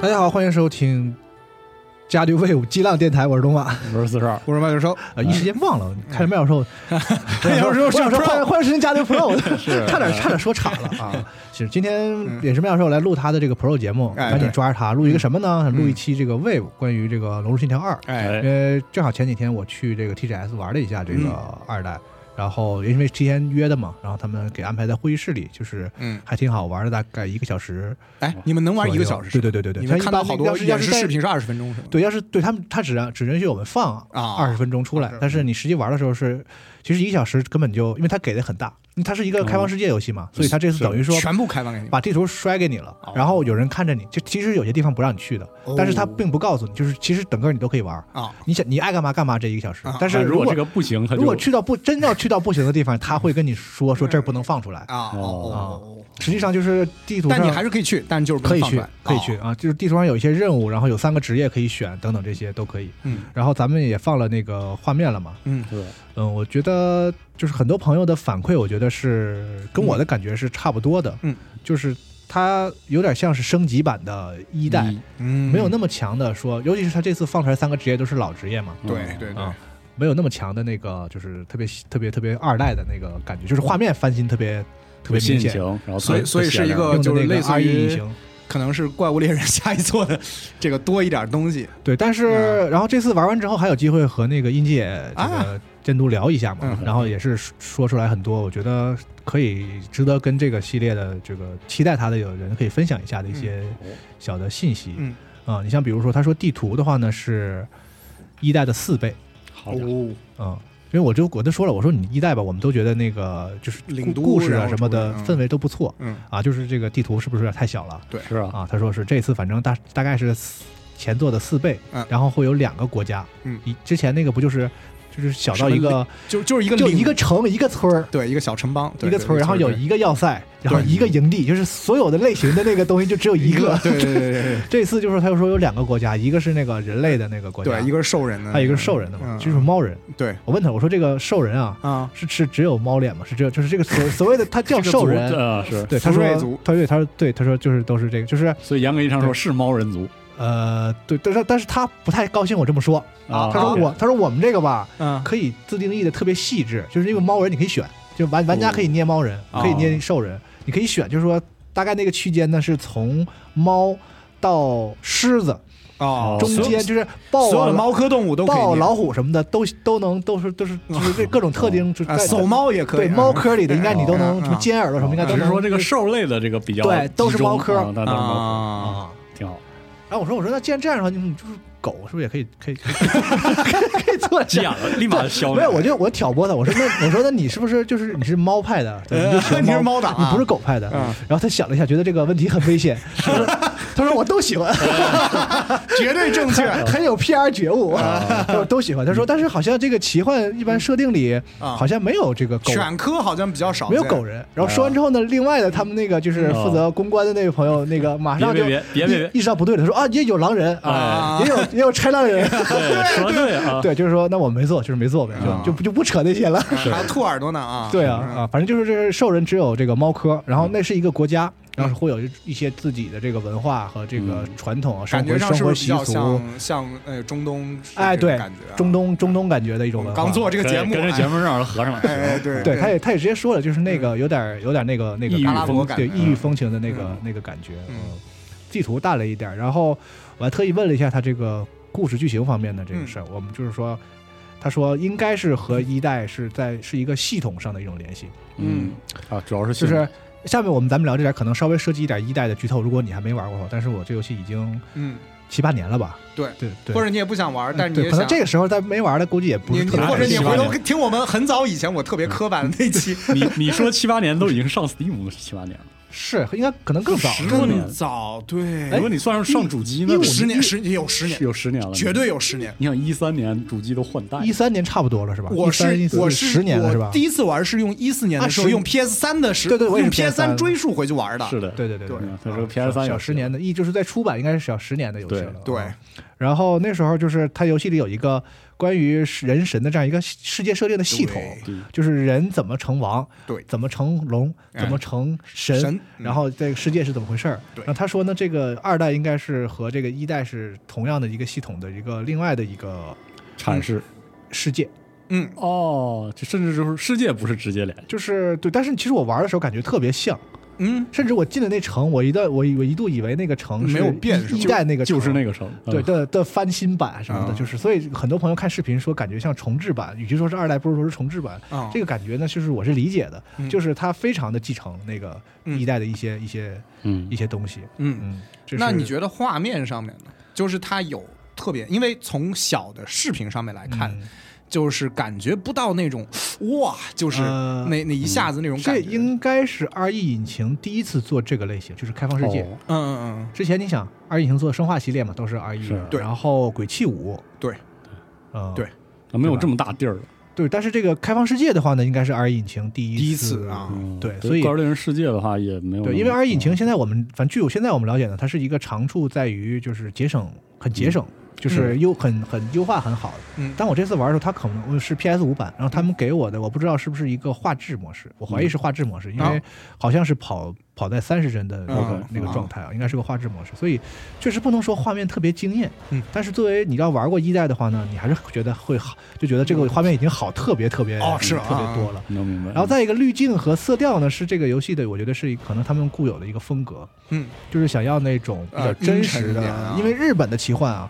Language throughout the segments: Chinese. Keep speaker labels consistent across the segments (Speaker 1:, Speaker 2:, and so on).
Speaker 1: 大家好，欢迎收听家居魏武激浪电台，我是 东
Speaker 2: 啊
Speaker 1: 马。
Speaker 3: 我是四十二，
Speaker 2: 我是麦教授，
Speaker 1: 呃，一时间忘了开麦的时 候，
Speaker 2: 麦教授
Speaker 1: 我想
Speaker 2: 上
Speaker 1: 说欢
Speaker 2: 车，
Speaker 1: 欢迎收听家居 Pro，
Speaker 3: 是
Speaker 1: 差点差点说岔了
Speaker 2: 嗯
Speaker 1: 啊！是今天也是麦教授来录他的这个 Pro 节目，
Speaker 2: 哎
Speaker 1: 赶紧
Speaker 2: 对嗯
Speaker 1: 抓着他录一个什么呢？录一期这个 Wave 关于这个《龙珠信条二》。
Speaker 2: 哎，
Speaker 3: 哎，
Speaker 1: 呃，正好前几天我去这个 TGS 玩了一下这个
Speaker 2: 嗯
Speaker 1: 二代，然后因为提前约的嘛，然后他们给安排在会议室里，就是
Speaker 2: 嗯，
Speaker 1: 还挺好玩的，大概一个小时
Speaker 2: 哎，你们能玩一个小时？
Speaker 1: 左右对对对对对，
Speaker 2: 你们
Speaker 1: 像一
Speaker 2: 看
Speaker 1: 般
Speaker 2: 到好
Speaker 1: 要
Speaker 2: 多
Speaker 1: 是要
Speaker 2: 演
Speaker 1: 是
Speaker 2: 示
Speaker 1: 在
Speaker 2: 视频是二十分钟是吗？
Speaker 1: 对，要是对他们，他只让只允许我们放
Speaker 2: 啊
Speaker 1: 二十分钟出来，
Speaker 2: 是
Speaker 1: 但是你实际玩的时候是，其实一个小时根本就，因为它给的很大，因为它是一个开
Speaker 2: 哦
Speaker 1: 放世界游戏嘛，所以它这次等于说
Speaker 2: 全部开放给你们。
Speaker 1: 把地图摔给你了，
Speaker 2: 哦
Speaker 1: 然后有人看着你，就其实有些地方不让你去的，哦但是他并不告诉你，就是其实整个你都可以玩，
Speaker 2: 啊，
Speaker 1: 你想你爱干嘛干嘛这一个小时
Speaker 2: 啊，
Speaker 1: 但是
Speaker 3: 如
Speaker 1: 如
Speaker 3: 果
Speaker 1: 果
Speaker 3: 这个不行，他就
Speaker 1: 如果去到不真要去到不行的地方，他会跟你说说这儿不能放出来，
Speaker 2: 啊哦哦，
Speaker 1: 实际上就是地图上
Speaker 2: 但你还是可以去，但就是不
Speaker 1: 可以
Speaker 2: 能放出
Speaker 1: 去
Speaker 2: 来哦
Speaker 1: 可以去。啊，就是地图上有一些任务，然后有三个职业可以选等等这些都可以。
Speaker 2: 嗯
Speaker 1: 然后咱们也放了那个画面了嘛，
Speaker 2: 嗯，
Speaker 3: 对，
Speaker 1: 嗯，我觉得就是很多朋友的反馈，我觉得是跟我的感觉是差不多的，
Speaker 2: 嗯，
Speaker 1: 就是它有点像是升级版的一代，
Speaker 2: 嗯，
Speaker 1: 没有那么强的说，尤其是它这次放出来三个职业都是老职业嘛，
Speaker 2: 对对对
Speaker 1: 啊，没有那么强的那个就是特别特别特别二代的那个感觉，就是画面翻新特别特别
Speaker 3: 心
Speaker 1: 明
Speaker 3: 情
Speaker 1: 显，，
Speaker 3: 然后
Speaker 2: 所以所以是一个
Speaker 1: 用的
Speaker 2: 就是
Speaker 1: 那个
Speaker 2: 类似
Speaker 1: 二
Speaker 2: 于
Speaker 1: 一隐形。
Speaker 2: 可能是怪物猎人下一座的这个多一点东西
Speaker 1: 对，但是、
Speaker 2: 嗯
Speaker 1: 然后这次玩完之后还有机会和那个音姐这个
Speaker 2: 啊
Speaker 1: 监督聊一下嘛，
Speaker 2: 嗯
Speaker 1: 然后也是说说出来很多，我觉得可以值得跟这个系列的这个期待他的有人可以分享一下的一些小的信息。
Speaker 2: 嗯
Speaker 1: 啊、你像比如说他说地图的话呢是一代的四倍，
Speaker 3: 好家伙
Speaker 2: 哦，
Speaker 1: 嗯。因为我就我都说了，我说你一代吧，我们都觉得那个就是故
Speaker 2: 领都
Speaker 1: 故事啊
Speaker 2: 然后
Speaker 1: 什么的
Speaker 2: 什么的
Speaker 1: 氛围都不错
Speaker 2: 嗯
Speaker 1: 啊，就是这个地图是不是有点太小了？
Speaker 3: 是啊，
Speaker 1: 啊，他说是这次反正大大概是四前作的四倍，
Speaker 2: 嗯
Speaker 1: 然后会有两个国家，
Speaker 2: 嗯
Speaker 1: 一之前那个不就是就是小到
Speaker 2: 什么
Speaker 1: 一个
Speaker 2: 就就是一个
Speaker 1: 就
Speaker 2: 领
Speaker 1: 一个城一个村儿。
Speaker 2: 对一个小城邦
Speaker 1: 一个村儿，然后有一个要塞，然后
Speaker 2: 对
Speaker 1: 一个营地，就是所有的类型的那个东西就只有一
Speaker 2: 一
Speaker 1: 个。
Speaker 2: 对对对对
Speaker 1: 这次就是他又说有两个国家，一个是那个人类的那个国家，
Speaker 2: 对，一个是兽人的，嗯
Speaker 1: 还有一个是兽人的嘛，就是猫人。
Speaker 2: 对
Speaker 1: 我问他，我说这个兽人啊，
Speaker 2: 啊，
Speaker 1: 是是只有猫脸吗？是只有就是这个所所谓的他 叫
Speaker 3: 这个
Speaker 1: 兽
Speaker 3: 族
Speaker 1: 人，
Speaker 3: 啊是，
Speaker 1: 对他
Speaker 2: 福
Speaker 1: 说
Speaker 2: 瑞族，
Speaker 1: 他对他说对他说就是都是这个，就是
Speaker 3: 所以严格意义上说是猫人族
Speaker 1: 呃，对，但是但是他不太高兴我这么说，
Speaker 3: 啊，
Speaker 1: 他说我、他说我们这个吧，
Speaker 2: 嗯
Speaker 1: 可以自定义的特别细致，就是因为猫人你可以选，就玩玩家可以捏猫人，
Speaker 2: 哦
Speaker 1: 可以捏兽人，你可以选，就是说大概那个区间呢是从猫到狮子
Speaker 2: 哦，
Speaker 1: 中间，就是豹
Speaker 2: 所有
Speaker 1: 啊
Speaker 2: 的猫科动物都可以
Speaker 1: 豹
Speaker 2: 念
Speaker 1: 老虎什么的都都能都是都是就是这各种特定就
Speaker 2: 啊，
Speaker 1: 在
Speaker 2: 手猫也可以，
Speaker 1: 对猫科里的应该你都能
Speaker 2: 嗯嗯
Speaker 1: 什么尖耳朵什么应该
Speaker 3: 啊
Speaker 1: 都
Speaker 3: 只是
Speaker 1: 能嗯
Speaker 3: 说这个兽类的这个比较
Speaker 1: 对都是
Speaker 3: 集中
Speaker 1: 猫科
Speaker 3: 啊那都是猫科
Speaker 2: 啊，
Speaker 1: 啊。
Speaker 3: 挺好，
Speaker 1: 然后我说我说那既然这样的话，你你就是狗是不是也可以可以 可以可以做这
Speaker 3: 急
Speaker 1: 样？
Speaker 3: 眼了，立马消
Speaker 1: 没
Speaker 3: 灭
Speaker 1: 有，我就我挑拨他，我说那我说那你是不是就是你是猫派的，对你就喜欢
Speaker 2: 你是猫党啊
Speaker 1: 你不是狗派的。
Speaker 2: 嗯
Speaker 1: 然后他想了一下，觉得这个问题很危险，他说他说我都喜欢，
Speaker 2: 绝对正确
Speaker 1: 很有 PR 觉悟，他说都喜欢。他说但是好像这个奇幻一般设定里
Speaker 2: 啊
Speaker 1: 好像没有这个 狗。
Speaker 2: 犬科好像比较少，
Speaker 1: 没有狗。人，然后说完之后呢，另外的他们那个就是负责公关的那位朋友，那个马上就
Speaker 3: 别别别别别嗯
Speaker 1: 意识到不对了，他说啊，也有狼人啊，
Speaker 2: 哎
Speaker 1: 也有也有豺狼人，
Speaker 3: 对，说得对啊，
Speaker 1: 对，就是说，那我们没做，就是没做呗，
Speaker 2: 啊
Speaker 1: 就就不就不扯那些了。
Speaker 2: 还有兔耳朵呢啊！嗯
Speaker 1: 对啊啊，反正就是这个兽人只有这个猫科，然后那是一个国家，然后会有一些自己的这个文化和这个传统啊，生
Speaker 2: 嗯感觉
Speaker 1: 活
Speaker 2: 上
Speaker 1: 生
Speaker 2: 是
Speaker 1: 活
Speaker 2: 不是比
Speaker 1: 习
Speaker 2: 较
Speaker 1: 俗，
Speaker 2: 像像呃中东？
Speaker 1: 哎，对
Speaker 2: 感觉，啊
Speaker 1: 中东中东感觉的一种文化。
Speaker 2: 嗯刚做这个节目，
Speaker 3: 跟这节目正好是合上了，
Speaker 2: 哎，哎哎对
Speaker 1: 对，他也他也直接说了，就是
Speaker 2: 嗯
Speaker 1: 那个有点有点那个那个
Speaker 3: 异域
Speaker 2: 阿拉
Speaker 3: 风
Speaker 2: 伯
Speaker 3: 格
Speaker 2: 感
Speaker 1: 对
Speaker 2: 觉，
Speaker 1: 异域风情的那个
Speaker 2: 嗯
Speaker 1: 那个感觉，
Speaker 2: 嗯
Speaker 1: 嗯，地图大了一点儿。然后我还特意问了一下他这个故事剧情方面的
Speaker 2: 嗯
Speaker 1: 这个事儿，我们就是说，他说应该是和一代是在是一个系统上的一种联系，
Speaker 3: 嗯啊，主要是
Speaker 1: 就
Speaker 3: 兴
Speaker 1: 是。下面我们咱们聊这点，可能稍微涉及一点一代的剧透。如果你还没玩过的话，但是我这游戏已经
Speaker 2: 嗯，
Speaker 1: 七八年了吧？
Speaker 2: 对
Speaker 1: 对对，嗯
Speaker 2: 或者你也不想玩，但是你
Speaker 1: 对
Speaker 2: 也
Speaker 1: 可能
Speaker 2: 想
Speaker 1: 这个时候在没玩的，估计也不
Speaker 2: 你
Speaker 1: 是
Speaker 2: 你
Speaker 1: 特别
Speaker 2: 或者你
Speaker 1: 喜
Speaker 2: 回
Speaker 1: 欢
Speaker 2: 头听我们很早以前我特别磕巴的那期，
Speaker 3: 你你说七八年都已经上 Steam 七八年了，
Speaker 1: 是应该可能 更早
Speaker 3: 十多
Speaker 2: 更
Speaker 3: 年
Speaker 2: 早
Speaker 3: 如
Speaker 2: 对，
Speaker 3: 果你算上上主机
Speaker 1: 哎
Speaker 3: 呢，
Speaker 2: 哎十年十有十年，
Speaker 3: 有十年了，
Speaker 2: 绝对有十年。
Speaker 3: 你想一三年主机都换代，
Speaker 1: 一三年差不多了是吧？
Speaker 2: 我
Speaker 1: 13
Speaker 2: 是我是
Speaker 1: 14年了是
Speaker 2: 我
Speaker 1: 吧？
Speaker 2: 第一次玩是用一四年的时
Speaker 1: 啊
Speaker 2: 候
Speaker 1: 是
Speaker 2: 用 PS 三的时，
Speaker 1: 对对我也
Speaker 2: 用
Speaker 1: 是
Speaker 2: PS
Speaker 1: 13
Speaker 2: 三追溯回去玩的。
Speaker 3: 是的，
Speaker 1: 对对对
Speaker 2: 对
Speaker 3: 嗯它是个 PS 三
Speaker 1: 小十年的，一就是在出版应该是小十年的游戏了。
Speaker 2: 对
Speaker 1: 啊。然后那时候就是它游戏里有一个关于人神的这样一个世界设定的系统，
Speaker 3: 对
Speaker 1: 就是人怎么成王，
Speaker 2: 对
Speaker 1: 怎么成龙，
Speaker 2: 哎
Speaker 1: 怎么成神，
Speaker 2: 对神，嗯
Speaker 1: 然后这个世界是怎么回事儿？
Speaker 2: 对
Speaker 1: 然后他说呢，这个二代应该是和这个一代是同样的一个系统的一个另外的一个
Speaker 3: 阐释
Speaker 1: 世界，
Speaker 2: 嗯，
Speaker 3: 哦，这甚至就是世界不是直接连，
Speaker 1: 就是对。但是其实我玩的时候感觉特别像，
Speaker 2: 嗯，
Speaker 1: 甚至我进的那城，我一段我以我一度以为那个城是
Speaker 2: 没有变是吧
Speaker 1: 一一代那个城
Speaker 3: 就是那个城，
Speaker 1: 对
Speaker 3: 嗯
Speaker 1: 的的翻新版什么的，
Speaker 2: 啊
Speaker 1: 就是所以很多朋友看视频说感觉像重置版，与其说是二代，不如说是重置版。
Speaker 2: 啊
Speaker 1: 这个感觉呢，就是我是理解的，
Speaker 2: 嗯
Speaker 1: 就是它非常的继承那个
Speaker 2: 嗯
Speaker 1: 一代的一些、一些一
Speaker 3: 嗯，
Speaker 1: 些东西。
Speaker 2: 嗯，
Speaker 1: 嗯，这
Speaker 2: 那
Speaker 1: 是
Speaker 2: 你觉得画面上面呢？就是它有特别，因为从小的视频上面来看，
Speaker 1: 嗯
Speaker 2: 就是感觉不到那种哇，就是
Speaker 1: 呃
Speaker 2: 那那一下子那种感
Speaker 1: 这
Speaker 2: 觉。嗯
Speaker 1: 应该是 R E 引擎第一次做这个类型，就是开放世界。
Speaker 3: 哦
Speaker 2: 嗯嗯，
Speaker 1: 之前你想，R E 引擎做生化系列嘛，都是 R E
Speaker 3: 是
Speaker 1: 的，
Speaker 3: 对
Speaker 1: 然后鬼泣五，
Speaker 2: 对，
Speaker 1: 嗯，
Speaker 2: 对
Speaker 3: 那哦没有这么大地儿了，
Speaker 1: 对，但是这个开放世界的话呢，应该是 R E 引擎第一
Speaker 2: 第一次啊
Speaker 3: 嗯
Speaker 1: 对
Speaker 3: 对
Speaker 1: 所以
Speaker 3: 怪物猎人世界的话也没有那么，
Speaker 1: 对，因为 R 引擎
Speaker 3: 嗯
Speaker 1: 现在我们，反正据我现在我们了解呢，它是一个长处在于就是节省，很
Speaker 3: 嗯
Speaker 1: 节省，就是优很很优化很好的。
Speaker 2: 嗯
Speaker 1: 但我这次玩的时候，它可能是 PS 五版，然后他们给我的，我不知道是不是一个画质模式，我怀
Speaker 3: 嗯
Speaker 1: 疑是画质模式，因为
Speaker 2: 啊
Speaker 1: 好像是跑跑在三十帧的那个、
Speaker 2: 嗯
Speaker 1: 那个状态啊，应该是个画质模式，所以确实不能说画面特别惊艳。
Speaker 2: 嗯，
Speaker 1: 但是作为你要玩过一代的话呢，你还是觉得会好，就觉得这个画面已经好特别特别
Speaker 2: 嗯哦是啊
Speaker 1: 特别多了。
Speaker 3: 能明白，
Speaker 1: 然后再一个滤镜和色调呢，是这个游戏的，我觉得是一可能他们固有的一个风格，
Speaker 2: 嗯
Speaker 1: 就是想要那种比较
Speaker 2: 呃
Speaker 1: 真
Speaker 2: 阴沉
Speaker 1: 实
Speaker 2: 一
Speaker 1: 的，
Speaker 2: 点啊
Speaker 1: 因为日本的奇幻啊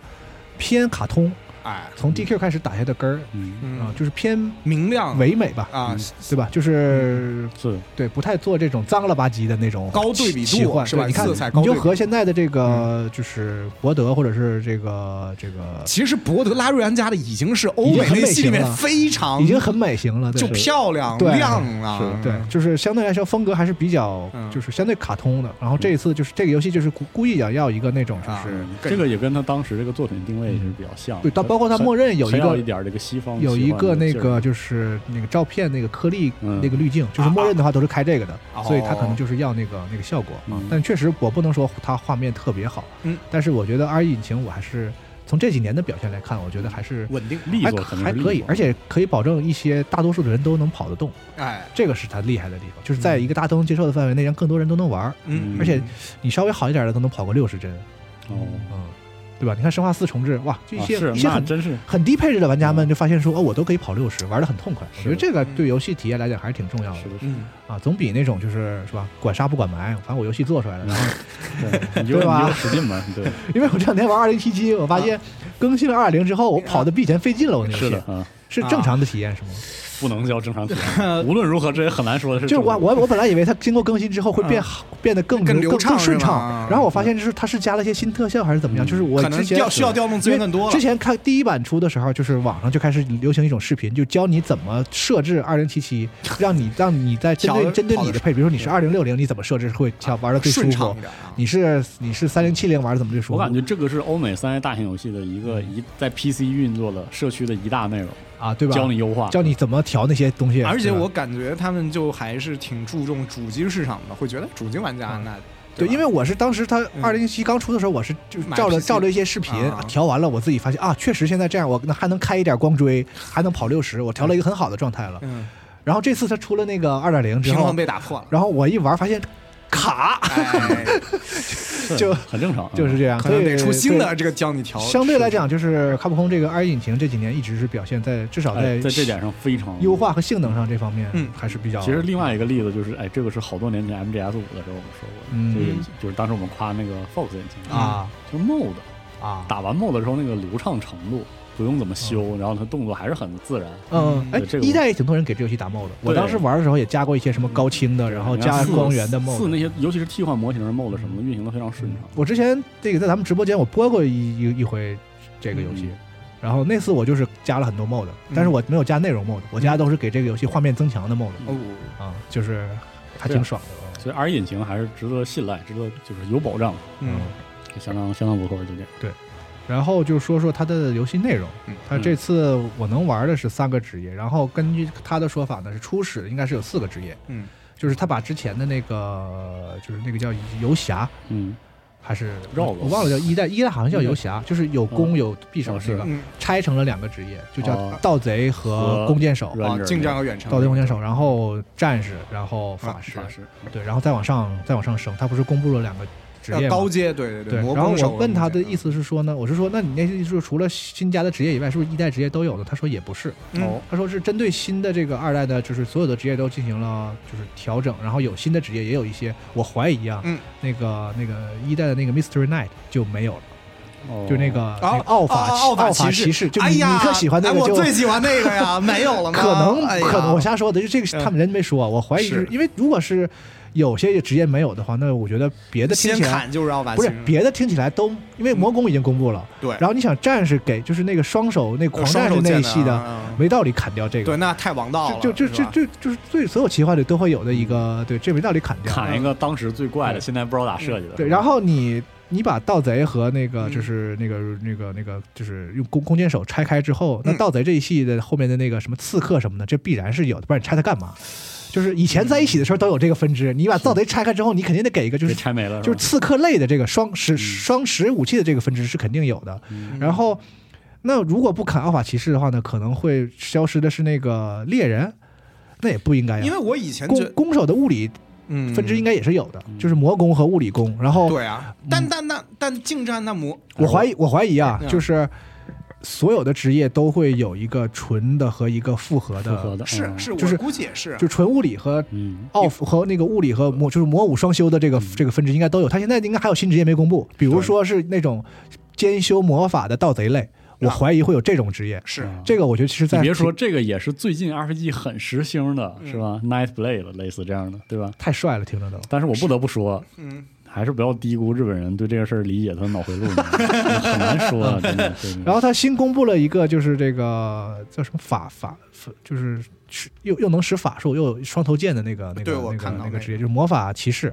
Speaker 1: 偏卡通，
Speaker 2: 哎
Speaker 1: 从 DQ 开始打下的根儿
Speaker 3: 嗯
Speaker 1: 啊、
Speaker 2: 嗯，
Speaker 1: 就是偏
Speaker 2: 明亮
Speaker 1: 唯美吧，
Speaker 2: 啊嗯
Speaker 3: 嗯，
Speaker 1: 对吧？就是
Speaker 3: 是
Speaker 1: 对，不太做这种脏了吧唧的那种
Speaker 2: 高对比
Speaker 1: 奇奇
Speaker 2: 度
Speaker 1: 幻，
Speaker 2: 是吧？
Speaker 1: 对你看
Speaker 2: 色彩高
Speaker 1: 你就
Speaker 2: 对比。嗯
Speaker 1: 和现在的这个就是博德或者是这个这个
Speaker 2: 其实博德拉瑞安家的已经是欧
Speaker 1: 已经
Speaker 2: 美
Speaker 1: 很
Speaker 2: 那
Speaker 1: 美
Speaker 2: 系
Speaker 1: 型
Speaker 2: 里面
Speaker 1: 了
Speaker 2: 非常
Speaker 1: 已经很美型了，对
Speaker 2: 就漂亮
Speaker 1: 对
Speaker 2: 亮啊，
Speaker 1: 对，
Speaker 3: 嗯
Speaker 1: 就是相对来说风格还是比较，
Speaker 2: 嗯
Speaker 1: 就是相对卡通的。然后这一次就是这个游戏就是故故意想要一个那种，就
Speaker 2: 啊
Speaker 1: 是、
Speaker 2: 更
Speaker 3: 这个也跟他当时这个作品定位是比较像，
Speaker 1: 对，它包括它默认有一
Speaker 3: 还要一
Speaker 1: 个
Speaker 3: 点这个西方
Speaker 1: 有一个那
Speaker 3: 奇幻的劲儿
Speaker 1: 个就是那个照片那个颗粒、
Speaker 3: 嗯哦
Speaker 1: 那个滤镜，就是默认的话都是开这个的，
Speaker 2: 啊
Speaker 1: 所以它可能就是要那个那个效果。啊
Speaker 3: 嗯
Speaker 1: 但确实我不能说它画面特别好，
Speaker 2: 嗯，
Speaker 1: 但是我觉得 R E 引擎我还是从这几年的表现来看，我觉得还是。
Speaker 2: 稳定，
Speaker 3: 力
Speaker 1: 还
Speaker 3: 作
Speaker 1: 可
Speaker 3: 能
Speaker 1: 还
Speaker 3: 是力
Speaker 1: 可以，
Speaker 3: 作
Speaker 1: 而且可以保证一些大多数的人都能跑得动，
Speaker 2: 哎，
Speaker 1: 这个是它厉害的地方，就是
Speaker 3: 嗯
Speaker 1: 在一个大家都能接受的范围内，让更多人都能玩儿。
Speaker 2: 嗯，
Speaker 1: 而且你稍微好一点的都能跑个六十帧，
Speaker 3: 哦。
Speaker 1: 嗯，对吧？你看《生化四重置》，哇，就一
Speaker 3: 啊
Speaker 1: 些、
Speaker 3: 是
Speaker 1: 一些
Speaker 3: 那
Speaker 1: 很
Speaker 3: 真是
Speaker 1: 很低配置的玩家们就发现说，哦，我都可以跑六十，玩的很痛快。我觉得
Speaker 3: 是
Speaker 1: 这个
Speaker 2: 嗯
Speaker 1: 对游戏体验来讲还是挺重要的
Speaker 3: 是 的，是
Speaker 2: 嗯，
Speaker 1: 啊，总比那种就是是吧，管杀不管埋，反正我游戏做出来了。然后，
Speaker 3: 的， 你就
Speaker 1: 对
Speaker 3: 你
Speaker 1: 吧
Speaker 3: 就使劲吧，对，
Speaker 1: 因为我这两天玩二零七七，我发现更新了二零之后，我跑的比以前费劲了。我那游
Speaker 3: 是
Speaker 1: 戏
Speaker 3: 的啊，
Speaker 1: 是正常的体验是吗？
Speaker 3: 不能叫正常 体验。无论如何，这也很难说是
Speaker 1: 就是
Speaker 3: 正
Speaker 1: 我
Speaker 3: 常。
Speaker 1: 我我本来以为它经过更新之后会变
Speaker 2: 嗯
Speaker 1: 好，变得更
Speaker 2: 更流
Speaker 1: 更
Speaker 2: 畅
Speaker 1: 更顺
Speaker 2: 是吧
Speaker 1: 畅。然后我发现就是它是加了一些新特效还是怎么样，
Speaker 3: 嗯
Speaker 1: 就是我
Speaker 2: 可能
Speaker 1: 之前
Speaker 2: 调需要调动资源更多
Speaker 1: 之
Speaker 2: 了，
Speaker 1: 前看第一版出的时候，就是网上就开始流行一种视频，就教你怎么设置二零七 七，让你让你在针
Speaker 2: 调
Speaker 1: 对
Speaker 2: 得
Speaker 1: 针对
Speaker 2: 好
Speaker 1: 你
Speaker 2: 的啊
Speaker 1: 的配置，比如说你是二零六零，你怎么设置会跳玩的最舒
Speaker 2: 顺畅
Speaker 1: 服
Speaker 2: 一？点啊，
Speaker 1: 你是你是三零七零玩的怎么最舒服？
Speaker 3: 我感觉这个是欧美三 A 大型游戏的一个一在 PC 运作的社区的一大内容，
Speaker 1: 啊，嗯对吧？
Speaker 3: 教你优化，
Speaker 1: 教你怎么调那些东西。
Speaker 2: 而且
Speaker 1: 对吧
Speaker 2: 我感觉他们就还是挺注重主机市场的，会觉得主机玩家
Speaker 1: 嗯
Speaker 2: 那
Speaker 1: 对，因为我是当时它
Speaker 2: 嗯
Speaker 1: 二零七刚出的时候，我是就
Speaker 2: 买
Speaker 1: 照着
Speaker 2: PC
Speaker 1: 照着一些视频
Speaker 2: 啊
Speaker 1: 调完了，我自己发现啊，确实现在这样，我那还能开一点光追，还能跑六十，我调了一个很好的状态了。
Speaker 2: 嗯，
Speaker 1: 然后这次它出了那个二点零之
Speaker 2: 平
Speaker 1: 后
Speaker 2: 衡，被打破了，
Speaker 1: 然后我一玩发现卡。
Speaker 2: 哎，
Speaker 3: 是
Speaker 1: 就
Speaker 3: 很正常， 嗯
Speaker 1: 就是
Speaker 3: 这
Speaker 1: 这样，
Speaker 2: 可能得
Speaker 1: 所以
Speaker 2: 出新。
Speaker 1: 对
Speaker 2: 的这个教你调，
Speaker 1: 相对来讲，就是卡普空这个 R 引擎这几年一直是表现在至少
Speaker 3: 哎，在这
Speaker 1: 在
Speaker 3: 点上非常
Speaker 1: 优。化和性能上这方面
Speaker 2: 嗯，
Speaker 1: 还是比较。
Speaker 3: 其实另外一个例子就是，哎，这个是好多年前 MGS 五的时候我们说过的，
Speaker 1: 嗯
Speaker 3: 就是就是当时我们夸那个 Fox 引擎，
Speaker 1: 啊
Speaker 3: 就是 MOD
Speaker 1: 啊，
Speaker 3: 嗯打完 MOD 的时候那个流畅程度不用怎么修，然后它动作还是很自然，
Speaker 1: 嗯，哎
Speaker 3: 对这，个
Speaker 1: 一代也挺多人给这游戏打 mod 的。我
Speaker 3: 对
Speaker 1: 当时玩的时候也加过一些什么高清的，然后
Speaker 3: 你看
Speaker 1: 加
Speaker 3: 四
Speaker 1: 光源的嗯
Speaker 3: 四
Speaker 1: mod。
Speaker 3: 那些，尤其是替换模型的 mod 什么的，运行的非常顺畅。
Speaker 1: 我之前这个在咱们直播间我播过一一一回这个游
Speaker 3: 嗯
Speaker 1: 戏，然后那次我就是加了很多 mod，但是我没有加内容 mod，我加的都是给这个游戏画面增强的 mod
Speaker 2: 哦，
Speaker 1: 啊，就是还
Speaker 3: 嗯对啊
Speaker 1: 挺爽的。
Speaker 3: 所以 R 引擎还是值得信赖，值得就是有保障，
Speaker 2: 嗯，
Speaker 3: 相当相当不错，就这样。
Speaker 1: 然后就说说它的游戏内容
Speaker 2: 嗯。
Speaker 1: 它这次我能玩的是三个职业，然后根据他的说法呢，是初始应该是有四个职业。
Speaker 2: 嗯，
Speaker 1: 就是他把之前的那个，就是那个叫游侠
Speaker 3: 嗯，
Speaker 1: 还是
Speaker 3: 绕了
Speaker 1: 我忘了叫一代，一代好像叫游侠，就是有弓有匕首
Speaker 3: 哦
Speaker 1: 是
Speaker 3: 是
Speaker 1: 吧？
Speaker 2: 嗯，
Speaker 1: 拆成了两个职业，就叫
Speaker 3: 哦
Speaker 1: 盗贼和
Speaker 3: 和
Speaker 1: 弓箭手，
Speaker 2: 啊，
Speaker 3: Ranger
Speaker 2: 近战和远程，
Speaker 1: 盗贼弓箭手，然后战士，然后
Speaker 2: 啊
Speaker 1: 法师
Speaker 3: 法，师，
Speaker 1: 对，然后再往上再往上升，他不是公布了两个职
Speaker 2: 啊
Speaker 1: 业吗
Speaker 2: 刀？阶，对对
Speaker 1: 对，
Speaker 2: 魔
Speaker 1: 然后
Speaker 2: 弓手
Speaker 1: 我问他的意
Speaker 2: 思，
Speaker 1: 思是说呢，我是说，那你那意思是除了新加的职业以外，是不是一代职业都有的？他说也不是，
Speaker 2: 嗯，
Speaker 1: 他说是针对新的这个二代的，就是所有的职业都进行了就是调整，然后有新的职业，也有一些我怀疑啊，
Speaker 2: 嗯
Speaker 1: 那个那个一代的那个 Mystery Knight 就没有了，
Speaker 3: 哦
Speaker 1: 就那个、那个奥法、
Speaker 2: 哦奥
Speaker 1: 法
Speaker 2: 法
Speaker 1: 骑
Speaker 2: 骑士，
Speaker 1: 就
Speaker 2: 哎
Speaker 1: 你
Speaker 2: 呀，
Speaker 1: 你特喜欢那
Speaker 2: 哎
Speaker 1: 个就
Speaker 2: 我。最喜欢那个呀，没有了吗？
Speaker 1: 可能
Speaker 2: 哎呀
Speaker 1: 可能我瞎说的，就这个
Speaker 2: 嗯
Speaker 1: 他们人没说啊，我怀疑就是
Speaker 2: 是
Speaker 1: 因为如果是有些职业没有的话，那我觉得别的听
Speaker 2: 先
Speaker 1: 起来
Speaker 2: 砍就是奥法
Speaker 1: 不
Speaker 2: 骑
Speaker 1: 是
Speaker 2: 士，
Speaker 1: 别的听起来都因为魔宫已经公布了，
Speaker 2: 对，
Speaker 1: 然后你想战士给就是那个双手那狂
Speaker 2: 哎双
Speaker 1: 战
Speaker 2: 手
Speaker 1: 士那
Speaker 2: 剑
Speaker 1: 一系
Speaker 2: 的
Speaker 1: 的，
Speaker 2: 啊，
Speaker 1: 没道理砍掉这个
Speaker 2: 对，。那太王道了，
Speaker 1: 就就是就
Speaker 2: 吧嗯
Speaker 1: 就就是最所有奇幻里都会有的一个，对，这没道理砍掉。
Speaker 3: 砍一个当时最怪的，现在不知道咋设计的。
Speaker 1: 嗯对，然后你你把盗贼和那个
Speaker 2: 嗯
Speaker 1: 就是那个那个那个就是用弓弓箭手拆开之后，那
Speaker 2: 嗯
Speaker 1: 盗贼这一系的后面的那个什么刺客什么的，这必然是有的，不然你拆它干
Speaker 2: 嗯
Speaker 1: 嘛？就是以前在一起的时候都有这个分支，你把盗贼拆开之后，你肯定得给一个就
Speaker 3: 被
Speaker 1: 是
Speaker 3: 拆没了，
Speaker 1: 就是
Speaker 3: 吧
Speaker 1: 刺客类的这个双
Speaker 2: 嗯
Speaker 1: 十双十武器的这个分支是肯定有的。
Speaker 3: 嗯
Speaker 1: 然后，那如果不砍奥法骑士的话呢，可能会消失的是那个猎人，那也不应该
Speaker 2: 因
Speaker 1: 哎呀。
Speaker 2: 为我以前觉
Speaker 1: 弓弓手的物理
Speaker 2: 嗯
Speaker 1: 分支应该也是有的，
Speaker 3: 嗯
Speaker 1: 就是魔弓和物理弓。然后
Speaker 2: 对啊，但但但但近战那魔
Speaker 1: 嗯我怀疑，我怀疑啊，
Speaker 2: 嗯
Speaker 1: 就是所有的职业都会有一个纯的和一个复合
Speaker 3: 复合
Speaker 1: 的，
Speaker 3: 的
Speaker 2: 是
Speaker 3: 嗯
Speaker 2: 是，
Speaker 1: 就是
Speaker 2: 我估计也是，
Speaker 1: 就纯物理和。
Speaker 3: 嗯，
Speaker 1: 奥夫和那个物理和魔就是魔武双修的这个这个分支应该都有，他现在应该还有新职业没公布，比如
Speaker 3: 对
Speaker 1: 说是那种兼修魔法的盗贼类，我
Speaker 2: 啊
Speaker 1: 怀疑会有这种职业。
Speaker 2: 是
Speaker 3: 啊
Speaker 1: 这个我觉得其实在
Speaker 3: 你别说这个也是最近二十世纪很时兴的，是吧？Night Play 了，类似这样的，对吧？
Speaker 1: 太帅了，听着都。
Speaker 3: 但是我不得不说，
Speaker 2: 嗯，
Speaker 3: 还是不要低估日本人对这个事儿理解他的脑回路，你知道吗 很难说啊，真的。真的
Speaker 1: 然后他新公布了一个，就是这个叫什么法法，法就是使又又能使法术，又有双头剑的那个那个
Speaker 2: 对我
Speaker 1: 那
Speaker 2: 看
Speaker 1: 个
Speaker 2: 到
Speaker 1: 那
Speaker 2: 那
Speaker 1: 个
Speaker 2: 个
Speaker 1: 职业，就是魔法骑士。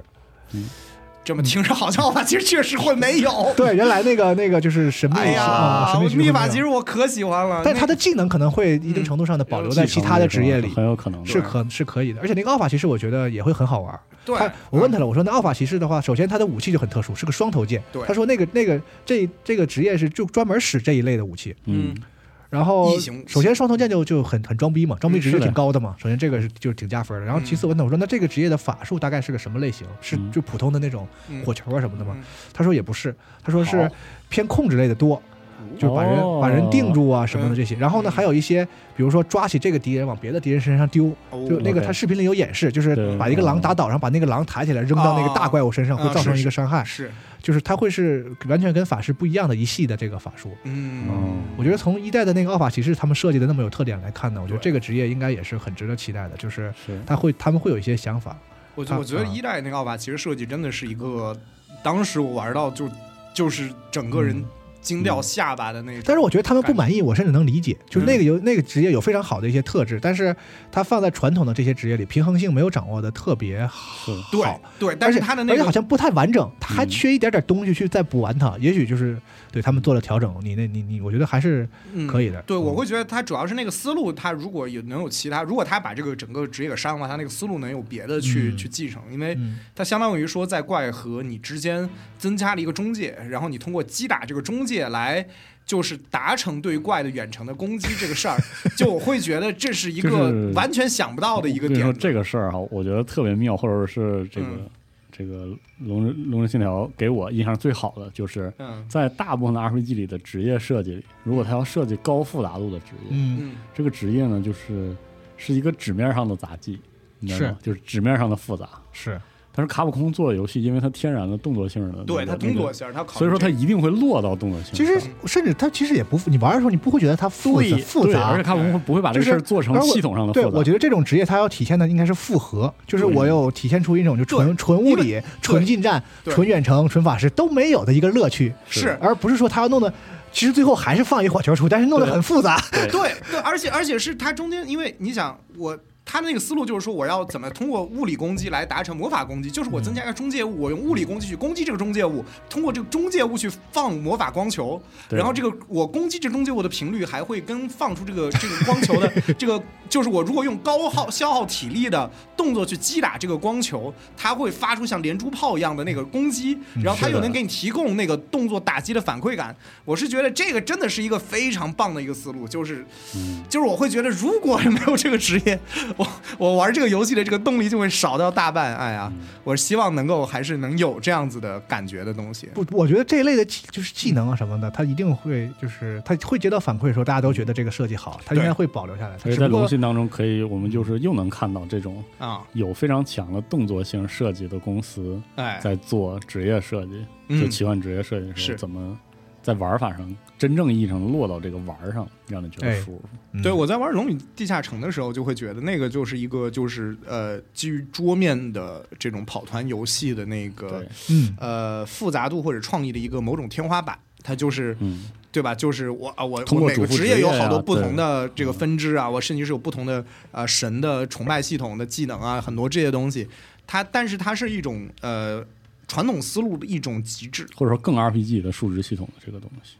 Speaker 2: 这么听着好像奥法其实确实会没有，
Speaker 1: 嗯对，原来那个那个就是神秘
Speaker 2: 哎
Speaker 1: 啊
Speaker 2: 呀
Speaker 1: 神，秘骑士
Speaker 2: 密
Speaker 1: 没
Speaker 2: 法
Speaker 1: 有
Speaker 2: 其实我可喜欢了，
Speaker 1: 但他
Speaker 2: 那嗯
Speaker 1: 的技能可能会一定程度上的保留在
Speaker 3: 继承
Speaker 1: 其他的职业
Speaker 3: 这
Speaker 1: 里
Speaker 3: 个，很有可能的
Speaker 1: 是可是可以的。而且那个奥法骑士，我觉得也会很好玩。
Speaker 2: 对
Speaker 1: 他，我问
Speaker 2: 嗯
Speaker 1: 他了，我说那奥法骑士的话，首先他的武器就很特殊，是个双头剑
Speaker 2: 对。
Speaker 1: 他说那个那个这这个职业是就专门使这一类的武器。
Speaker 3: 嗯，
Speaker 1: 然后
Speaker 2: 异形嗯武器
Speaker 1: 首先双头剑就就很很装逼嘛，装逼值
Speaker 3: 是
Speaker 1: 就
Speaker 3: 的
Speaker 1: 挺高的嘛。首先这个是就是挺加分的。然后其
Speaker 2: 嗯
Speaker 1: 次我问他，我说那这个职业的法术大概是个什么类型？是
Speaker 3: 嗯
Speaker 1: 就普通的那种火球啊什么的吗？
Speaker 2: 嗯
Speaker 1: 他说也不是，他说是
Speaker 3: 好
Speaker 1: 偏控制类的多。就是把人、
Speaker 3: 哦
Speaker 1: 把人定住啊什么的
Speaker 2: 嗯
Speaker 1: 这些，然后呢
Speaker 2: 嗯
Speaker 1: 还有一些，比如说抓起这个敌人往别的敌人身上丢，
Speaker 2: 哦
Speaker 1: 就那个
Speaker 3: OK
Speaker 1: 他视频里有演示，就是
Speaker 3: 对
Speaker 1: 把一个狼打倒，然后把那个狼抬起来扔到那个大怪物身上，
Speaker 2: 哦
Speaker 1: 会造成
Speaker 2: 是
Speaker 1: 一个伤害，
Speaker 2: 是，
Speaker 1: 就是他会是完全跟法师不一样的一系的这个法术。
Speaker 2: 嗯，
Speaker 3: 嗯，
Speaker 1: 我觉得从一代的那个奥法骑士他们设计的那么有特点来看呢，我觉得
Speaker 2: 对
Speaker 1: 这个职业应该也是很值得期待的，就是
Speaker 3: 是
Speaker 1: 他会他们会有一些想法，
Speaker 2: 我
Speaker 1: 他
Speaker 2: 我觉得
Speaker 1: 嗯
Speaker 2: 一代那个奥法其实设计真的是一个，当时我玩到就就是整个人
Speaker 1: 嗯
Speaker 2: 惊掉下巴的那种，
Speaker 1: 但是我觉得他们不满意，我甚至能理解，就是那个有那个职业有非常好的一些特质，但是它放在传统的这些职业里，平衡性没有掌握的特别好，
Speaker 2: 对对，
Speaker 1: 而
Speaker 2: 但
Speaker 1: 且
Speaker 2: 是他的
Speaker 1: 而
Speaker 2: 那
Speaker 1: 且好
Speaker 2: 个
Speaker 1: 像不太完整，它还
Speaker 3: 嗯
Speaker 1: 缺一点点东西去再补完它，也许就是对他们做了调整，你那你你，我觉得还是可以的。
Speaker 2: 对，我
Speaker 1: 嗯
Speaker 2: 会觉得他主要是那个思路，他如果有能有其他，如果他把这个整个职业给删的话，他那个思路能有别的去、
Speaker 1: 嗯
Speaker 2: 去继承，因为
Speaker 1: 嗯
Speaker 2: 它相当于说在怪和你之间增加了一个中介，然后你通过击打这个中介来。就是达成对怪的远程的攻击这个 事儿，就我会觉得这是一
Speaker 3: 就
Speaker 2: 个
Speaker 3: 是
Speaker 2: 完全想不到的一个
Speaker 3: 我跟你
Speaker 2: 点
Speaker 3: 说
Speaker 2: 子。
Speaker 3: 这个事儿哈，我觉得特别妙，或者是这个、
Speaker 2: 嗯
Speaker 3: 这个《龙人龙人信条》给我印象最好的就是。
Speaker 2: 嗯
Speaker 3: 在大部分的 RPG 里的职业设计里，如果他要设计高复杂度的职业，
Speaker 1: 嗯，
Speaker 2: 嗯
Speaker 3: 这个职业呢，就是是一个纸面上的杂技，你知道吗？就是纸面上的复杂。
Speaker 1: 是
Speaker 3: 但是卡普空做的游戏，因为它天然的动作性的、那个，
Speaker 2: 对他动
Speaker 3: 那
Speaker 2: 作
Speaker 3: 个
Speaker 2: 一下，他考虑
Speaker 3: 所以说它
Speaker 2: 这个
Speaker 3: 一定会落到动作性上。
Speaker 1: 其实甚至它其实也不，你玩的时候你不会觉得它复杂
Speaker 3: 对
Speaker 1: 复
Speaker 3: 对而
Speaker 1: 杂。
Speaker 3: 且卡普空会不会把这个
Speaker 1: 就是
Speaker 3: 事儿做成
Speaker 1: 而我
Speaker 3: 系统上的复
Speaker 1: 对，
Speaker 3: 杂？
Speaker 1: 我觉得这种职业它要体现的应该是复合，就是
Speaker 3: 对
Speaker 1: 我有体现出一种就纯纯物理、纯近战、
Speaker 2: 对
Speaker 1: 纯远程、纯法师都没有的一个乐趣，
Speaker 2: 是
Speaker 1: 而不是说他要弄的，其实最后还是放一火球出，但是弄得很复杂。
Speaker 3: 对
Speaker 2: 对对，而且而且是它中间，因为你想我。他那个思路就是说，我要怎么通过物理攻击来达成魔法攻击，就是我增加一个中介物，我用物理攻击去攻击这个中介物，通过这个中介物去放魔法光球，
Speaker 3: 对
Speaker 2: 然后这个我攻击这中介物的频率还会跟放出这个这个光球 的这个，就是我如果用高耗消耗体力的动作去击打这个光球，它会发出像连珠炮一样的那个攻击，然后它
Speaker 3: 嗯是
Speaker 2: 又
Speaker 3: 的
Speaker 2: 能给你提供那个动作打击的反馈感。我是觉得这个真的是一个非常棒的一个思路，就是
Speaker 3: 嗯
Speaker 2: 就是我会觉得，如果没有这个职业，我我玩这个游戏的这个动力就会少到大半。哎呀，
Speaker 3: 嗯
Speaker 2: 我希望能够还是能有这样子的感觉的东西。
Speaker 1: 不，我觉得这一类的技就是技能啊什么的，他一定会就是他会接到反馈的时候，大家都觉得这个设计好，他应该
Speaker 2: 对
Speaker 1: 会保留下来。他
Speaker 3: 所以
Speaker 1: 只
Speaker 3: 在
Speaker 1: 不
Speaker 3: 龙
Speaker 1: 过
Speaker 3: 信当中，可以我们就是又能看到这种
Speaker 2: 啊，
Speaker 3: 有非常强的动作性设计的公司
Speaker 2: 哎，
Speaker 3: 在做职业设计，就
Speaker 2: 嗯，
Speaker 3: 奇幻职业设计的时候，
Speaker 2: 是
Speaker 3: 怎么在玩法上真正意义上落到这个玩儿上，让你觉得
Speaker 1: 哎
Speaker 3: 舒服。
Speaker 1: 嗯
Speaker 2: 对我在玩《龙与地下城》的时候，就会觉得那个就是一个就是呃基于桌面的这种跑团游戏的那个
Speaker 3: 对，
Speaker 1: 嗯，
Speaker 2: 呃复杂度或者创意的一个某种天花板，它就是
Speaker 3: 嗯，
Speaker 2: 对吧？就是我啊，我
Speaker 3: 通
Speaker 2: 我
Speaker 3: 过
Speaker 2: 每个
Speaker 3: 主妇
Speaker 2: 职
Speaker 3: 职
Speaker 2: 业有
Speaker 3: 业
Speaker 2: 好多
Speaker 3: 呀
Speaker 2: 不
Speaker 3: 对
Speaker 2: 同的这个分支啊，我甚至是有不同的呃神的崇拜系统的技能啊，很多这些东西。它，但是它是一种呃传统思路的一种极致，
Speaker 3: 或者说更 RPG 的数值系统的这个东西，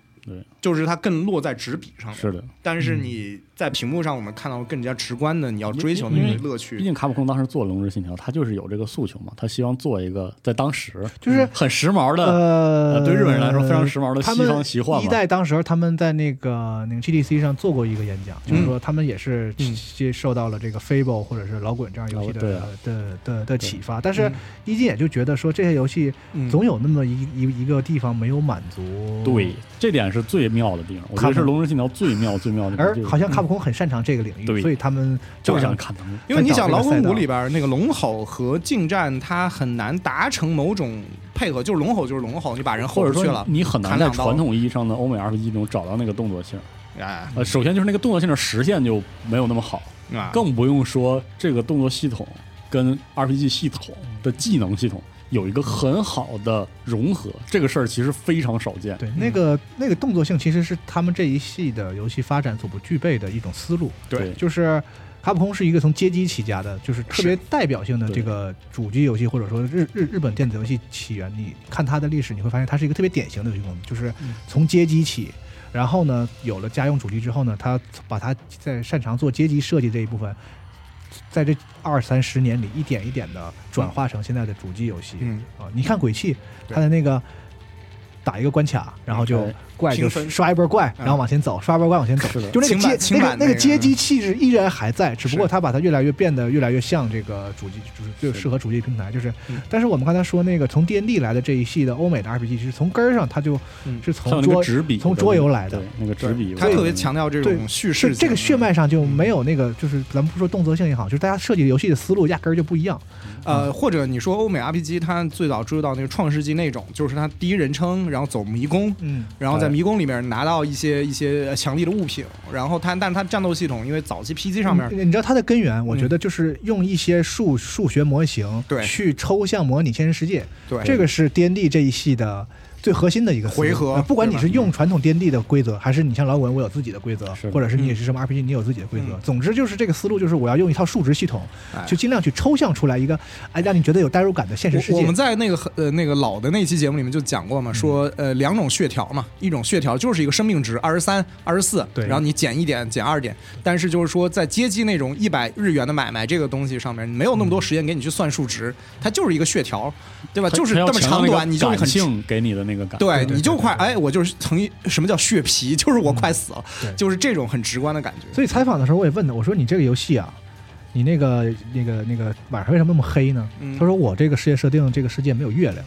Speaker 2: 就是它更落在纸笔上面。
Speaker 3: 是嗯的。
Speaker 2: 但是你在屏幕上，我们看到更加直观的，你要
Speaker 3: 因
Speaker 2: 追求
Speaker 3: 因
Speaker 2: 那
Speaker 3: 为
Speaker 2: 个乐
Speaker 3: 毕
Speaker 2: 趣。
Speaker 3: 竟卡普空当时做《龙之信条》，他就是有这个诉求嘛，他希望做一个在 当时
Speaker 1: 就是
Speaker 3: 很时髦的，
Speaker 1: 呃
Speaker 3: 呃，对日本人来说非常时髦的
Speaker 1: 他
Speaker 3: 西方
Speaker 1: 们
Speaker 3: 奇幻
Speaker 1: 一
Speaker 3: 嘛。
Speaker 1: 代当时他们在那个那个 GDC 上做过一个演讲，就是
Speaker 2: 嗯
Speaker 1: 说他们也是
Speaker 2: 嗯
Speaker 1: 接受到了这个 Fable 或者是老滚这样游戏
Speaker 3: 老对嗯
Speaker 1: 的
Speaker 3: 啊
Speaker 1: 的的的启发，但
Speaker 2: 但
Speaker 1: 是一进也就觉得说这些游戏总有那么一一一个地方没有满足，
Speaker 3: 对，，这点是最妙的地方，我觉
Speaker 1: 卡
Speaker 3: 得
Speaker 1: 普
Speaker 3: 是《龙之信条》最妙最妙的地方
Speaker 1: 而
Speaker 3: 就是。
Speaker 1: 好像卡普空很擅长这个领域，
Speaker 3: 嗯对
Speaker 1: 所以他们
Speaker 3: 就想看他们
Speaker 2: 因为你
Speaker 1: 在
Speaker 2: 想
Speaker 1: 找这
Speaker 2: 《
Speaker 1: 个
Speaker 2: 劳魂
Speaker 1: 赛
Speaker 2: 谷
Speaker 1: 道》
Speaker 2: 里边那个龙吼和近战，它很难达成某种配合，就是龙吼就是龙吼，你把人吼
Speaker 3: 或者
Speaker 2: 出去
Speaker 3: 说
Speaker 2: 了，
Speaker 3: 你很难
Speaker 2: 砍
Speaker 3: 在
Speaker 2: 两刀
Speaker 3: 传统意义上的欧美 RPG 中找到那个动作性。
Speaker 2: 哎
Speaker 3: 呃，首先就是那个动作性的实现就没有那么好，
Speaker 2: 啊，
Speaker 3: 更不用说这个动作系统跟 RPG 系统的技能系统有一个很好的融合，这个事儿其实非常少见。
Speaker 1: 对那个那个动作性其实是他们这一系的游戏发展所不具备的一种思路，
Speaker 3: 对
Speaker 1: 就是卡普空是一个从街机起家的，就是特别代表性的
Speaker 3: 对
Speaker 1: 这个主机游戏或者说日日日本电子游戏起源。你看它的历史，你会发现它是一个特别典型的游戏公司，就是从街机起。然后呢，有了家用主机之后呢，它把它在擅长做街机设计这一部分，在这二三十年里一点一点的转化成现在的主机游戏。
Speaker 2: 嗯，
Speaker 1: 啊，你看鬼泣，
Speaker 2: 对
Speaker 1: 它的那个打一个关卡，然后就啊
Speaker 3: 对
Speaker 1: 怪就
Speaker 2: 清分
Speaker 1: 刷一波怪，
Speaker 2: 嗯
Speaker 1: 然后往前走，刷一波怪往前走，
Speaker 3: 是的
Speaker 1: 就那个
Speaker 2: 轻版
Speaker 1: 街
Speaker 2: 轻
Speaker 1: 那
Speaker 2: 版
Speaker 1: 个
Speaker 2: 那
Speaker 1: 个
Speaker 2: 个
Speaker 1: 街机气质依然还在，只不过
Speaker 2: 是
Speaker 1: 它把它越来越变得越来越像这个主机，就是就是适合主机平台，就是
Speaker 2: 嗯。
Speaker 1: 但是我们刚才说那个从 D N D 来的这一系的欧美的 R P G，其实从根儿上它就
Speaker 2: 嗯
Speaker 1: 是
Speaker 3: 它有
Speaker 1: 从
Speaker 3: 那个
Speaker 1: 桌
Speaker 3: 纸笔的那
Speaker 1: 从
Speaker 3: 个，
Speaker 1: 桌游来的
Speaker 3: 对，那个
Speaker 2: 对
Speaker 3: 纸笔，嗯
Speaker 2: 它特别强调这
Speaker 1: 对
Speaker 2: 种叙事
Speaker 1: 是嗯
Speaker 2: 性，
Speaker 1: 这个血脉上就没有那个，就是咱们不说动作性也好，就是大家设计游戏的思路压根儿就不一样。
Speaker 2: 呃，或者你说欧美 RPG，它最早追溯到那个《创世纪》那种，就是它第一人称，然后走迷宫，
Speaker 1: 嗯，
Speaker 2: 然后在
Speaker 3: 哎
Speaker 2: 迷宫里面拿到一些一些呃强力的物品，然后它，但它战斗系统因为早期 PC 上面嗯
Speaker 1: 嗯你知道它的根源，我觉得就是用一些数数学模型
Speaker 2: 对
Speaker 1: 去抽象模拟现实世界，
Speaker 2: 对
Speaker 1: 这个是 D N D 这一系的最核心的一个思路
Speaker 2: 回合
Speaker 1: 呃不管
Speaker 2: 对
Speaker 1: 你
Speaker 2: 吧嗯
Speaker 1: 是用传统 D N D 的规则，还是你像老滚，我有自己的规则
Speaker 3: 是，的
Speaker 1: 或者是你也是什么 R P G，你有自己的规则。
Speaker 2: 嗯
Speaker 1: 总之就是这个思路，就是我要用一套数值系统，
Speaker 2: 哎
Speaker 1: 去尽量去抽象出来一个，哎，让你觉得有代入感的现实世
Speaker 2: 我我
Speaker 1: 界嗯
Speaker 2: 们。在那个很呃那个老的那期节目里面就讲过嘛，说呃两种血条嘛，一种血条就是一个生命值二十三、二十四，
Speaker 1: 对
Speaker 2: 然后你减一点、减二点，但是就是说在街机那种一百日元的买卖这个东西上面，没有那么多时间给你去算数值，它就是一个血条，对吧？
Speaker 3: 它
Speaker 2: 就是
Speaker 3: 它要
Speaker 2: 这么
Speaker 3: 强
Speaker 2: 长
Speaker 3: 调那个
Speaker 2: 短，你就是
Speaker 3: 感
Speaker 2: 很
Speaker 3: 性给你的那个感。
Speaker 2: 对，
Speaker 1: 对
Speaker 2: 你就
Speaker 1: 对
Speaker 2: 快
Speaker 1: 对嗯
Speaker 2: 哎，我就是曾一什么叫血皮，就是我快死了
Speaker 1: 对，
Speaker 2: 就是这种很直观的感觉。
Speaker 1: 所以采访的时候我也问他，我说你这个游戏啊，你那个那个那个晚上为什么那么黑呢？
Speaker 2: 嗯
Speaker 1: 他说我这个世界设定，这个世界没有月亮，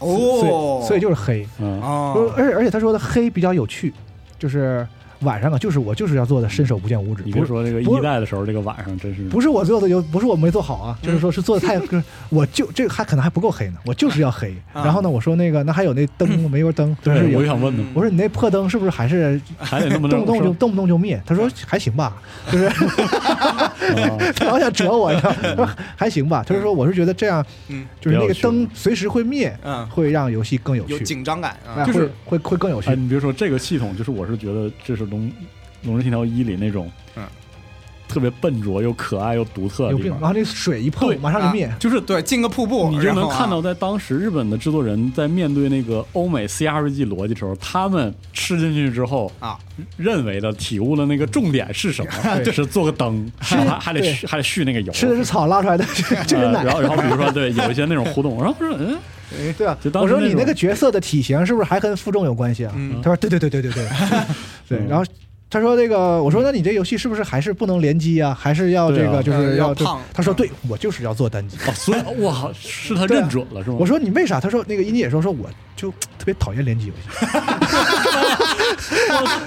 Speaker 1: 所以所以就是黑。
Speaker 3: 嗯，
Speaker 1: 不是
Speaker 2: 哦，
Speaker 1: 而且而且他说的哎黑比较有趣，就是晚上啊，就是我就是要做的伸手不见五指，
Speaker 3: 你
Speaker 1: 不
Speaker 3: 别
Speaker 1: 是
Speaker 3: 说这个
Speaker 1: 不是
Speaker 3: 一代的时候，这个晚上真是
Speaker 1: 不是我做的有，不是我没做好啊，
Speaker 2: 嗯
Speaker 1: 就是说是做的 太，就是我就这个还可能还不够黑呢，我就是要黑。
Speaker 2: 啊
Speaker 1: 然后呢，我说那个那还有那灯煤油灯，是不是
Speaker 3: 嗯对，我就
Speaker 1: 有？
Speaker 3: 想问
Speaker 2: 嗯
Speaker 3: 呢，
Speaker 1: 我说你那破灯是不是还是
Speaker 3: 还得那么
Speaker 1: 动不动就
Speaker 3: 弄
Speaker 1: 动不动就灭？他
Speaker 3: 嗯
Speaker 1: 说还行吧，就是
Speaker 3: 啊
Speaker 1: 他老想折我，你知道吗？ 他说还行吧。他就说我是觉得这样，
Speaker 2: 嗯
Speaker 1: 就是那
Speaker 3: 比较有
Speaker 1: 个
Speaker 3: 趣
Speaker 1: 灯随时会灭，
Speaker 2: 嗯，
Speaker 1: 会让游戏更有
Speaker 2: 有
Speaker 1: 趣，
Speaker 2: 紧张感啊
Speaker 1: 哎，
Speaker 3: 就是
Speaker 1: 会会会更有趣
Speaker 3: 哎，。你别说这个系统，就是我是觉得这是龙《龙之信条一》里那种，
Speaker 2: 嗯，
Speaker 3: 特别笨拙又可爱又独特的
Speaker 1: 有
Speaker 3: 地
Speaker 1: 病。
Speaker 3: 方
Speaker 1: 然。后这水一
Speaker 3: 对
Speaker 1: 碰，马上就灭
Speaker 2: 啊。就是对进个瀑布，
Speaker 3: 你就
Speaker 2: 然
Speaker 3: 能
Speaker 2: 后啊
Speaker 3: 看到，在当时日本的制作人在面对那个欧美 CRPG 逻辑的时候，他们吃进去之后
Speaker 2: 啊，
Speaker 3: 认为的、体悟的那个重点是什 么？就是做个灯，还还得
Speaker 1: 对
Speaker 3: 续还得续那个油，
Speaker 1: 吃的是草拉出来的， 这
Speaker 3: 呃
Speaker 1: 是奶
Speaker 3: 然。后然后比如 说对，有一些那种互动，然后说嗯，
Speaker 1: 对啊
Speaker 3: 就，当
Speaker 1: 我
Speaker 3: 时
Speaker 1: 说你
Speaker 3: 那
Speaker 1: 那个
Speaker 3: 种
Speaker 1: 角色的体型是不是还跟负重有关系啊？
Speaker 2: 嗯
Speaker 1: 他说对对对对对 对，
Speaker 3: 嗯
Speaker 1: 对。然后他说那个，我说那你这游戏是不是还是不能联机啊？还是要这
Speaker 3: 对啊
Speaker 1: 个就
Speaker 2: 呃
Speaker 1: 是
Speaker 2: 要
Speaker 1: 这
Speaker 2: 胖
Speaker 1: 他说对我就是要做单机。
Speaker 3: 哦，所以哇，是他
Speaker 1: 对啊
Speaker 3: 认准了是吗？
Speaker 1: 我说你为啥？他说那个一妮也说说我就特别讨厌联机游 戏。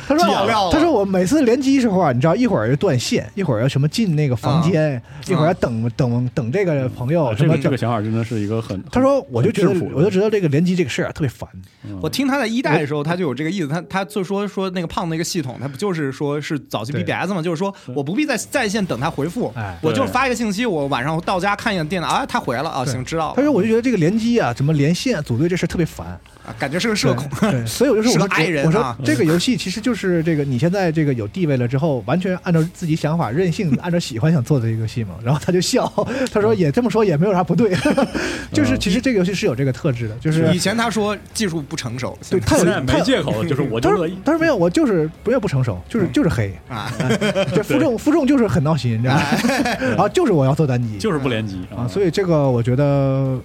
Speaker 1: 他说
Speaker 2: 解料
Speaker 1: 我
Speaker 2: 了
Speaker 1: 他说我每次联机时候啊，你知道一会儿就断线，一会儿要什么进那个房间，
Speaker 2: 啊
Speaker 1: 一会儿要
Speaker 2: 嗯
Speaker 1: 等等等这个朋友
Speaker 3: 啊这
Speaker 1: 什
Speaker 3: 个
Speaker 1: 么
Speaker 3: 这个想法真的是一个很，
Speaker 1: 他说我就觉得
Speaker 3: 很质朴的
Speaker 1: 我就觉得这个联机这个事儿啊特别烦。
Speaker 2: 我听他在一代的时候，他就有这个意思，他他就说说那个胖那个系统，他不就是说是早期
Speaker 1: 对
Speaker 2: BBS 嘛，就是说我不必在在线等他回复
Speaker 1: 哎，
Speaker 2: 我就是
Speaker 3: 对
Speaker 2: 发一个信息，我晚上到家看一眼电脑，啊，他回了啊，
Speaker 1: 对
Speaker 2: 行，知道了。
Speaker 1: 他说我就觉得这个联机啊，什么连线组队这事儿特别烦，
Speaker 2: 啊感觉是个社恐，
Speaker 1: 对对所以我就说
Speaker 2: 是
Speaker 1: 我
Speaker 2: 个
Speaker 1: 说
Speaker 2: 爱人啊
Speaker 1: 我说
Speaker 3: 嗯
Speaker 1: 这个游戏其实就是这个你现在这个有地位了之后，完全按照自己想法任性，按照喜欢想做的一个游戏嘛。然后他就 笑，他说也这么说也没有啥不对，
Speaker 3: 呃
Speaker 1: 就是其实这个游戏是有这个特质的，就是
Speaker 2: 以前他说技术不成熟，
Speaker 1: 对他
Speaker 3: 现
Speaker 1: 有
Speaker 3: 在没
Speaker 1: 他。
Speaker 3: 借口，就是我就
Speaker 1: 他
Speaker 3: 乐
Speaker 1: 说
Speaker 3: 意：“。嗯
Speaker 1: 他说没有，我就是不愿不成熟，就是就是黑，
Speaker 2: 啊，
Speaker 1: 这负重负重就是很闹心，你知道吗？ 然后就是我要做单机，
Speaker 3: 哎就是不联机
Speaker 1: 啊，所以这个我觉得，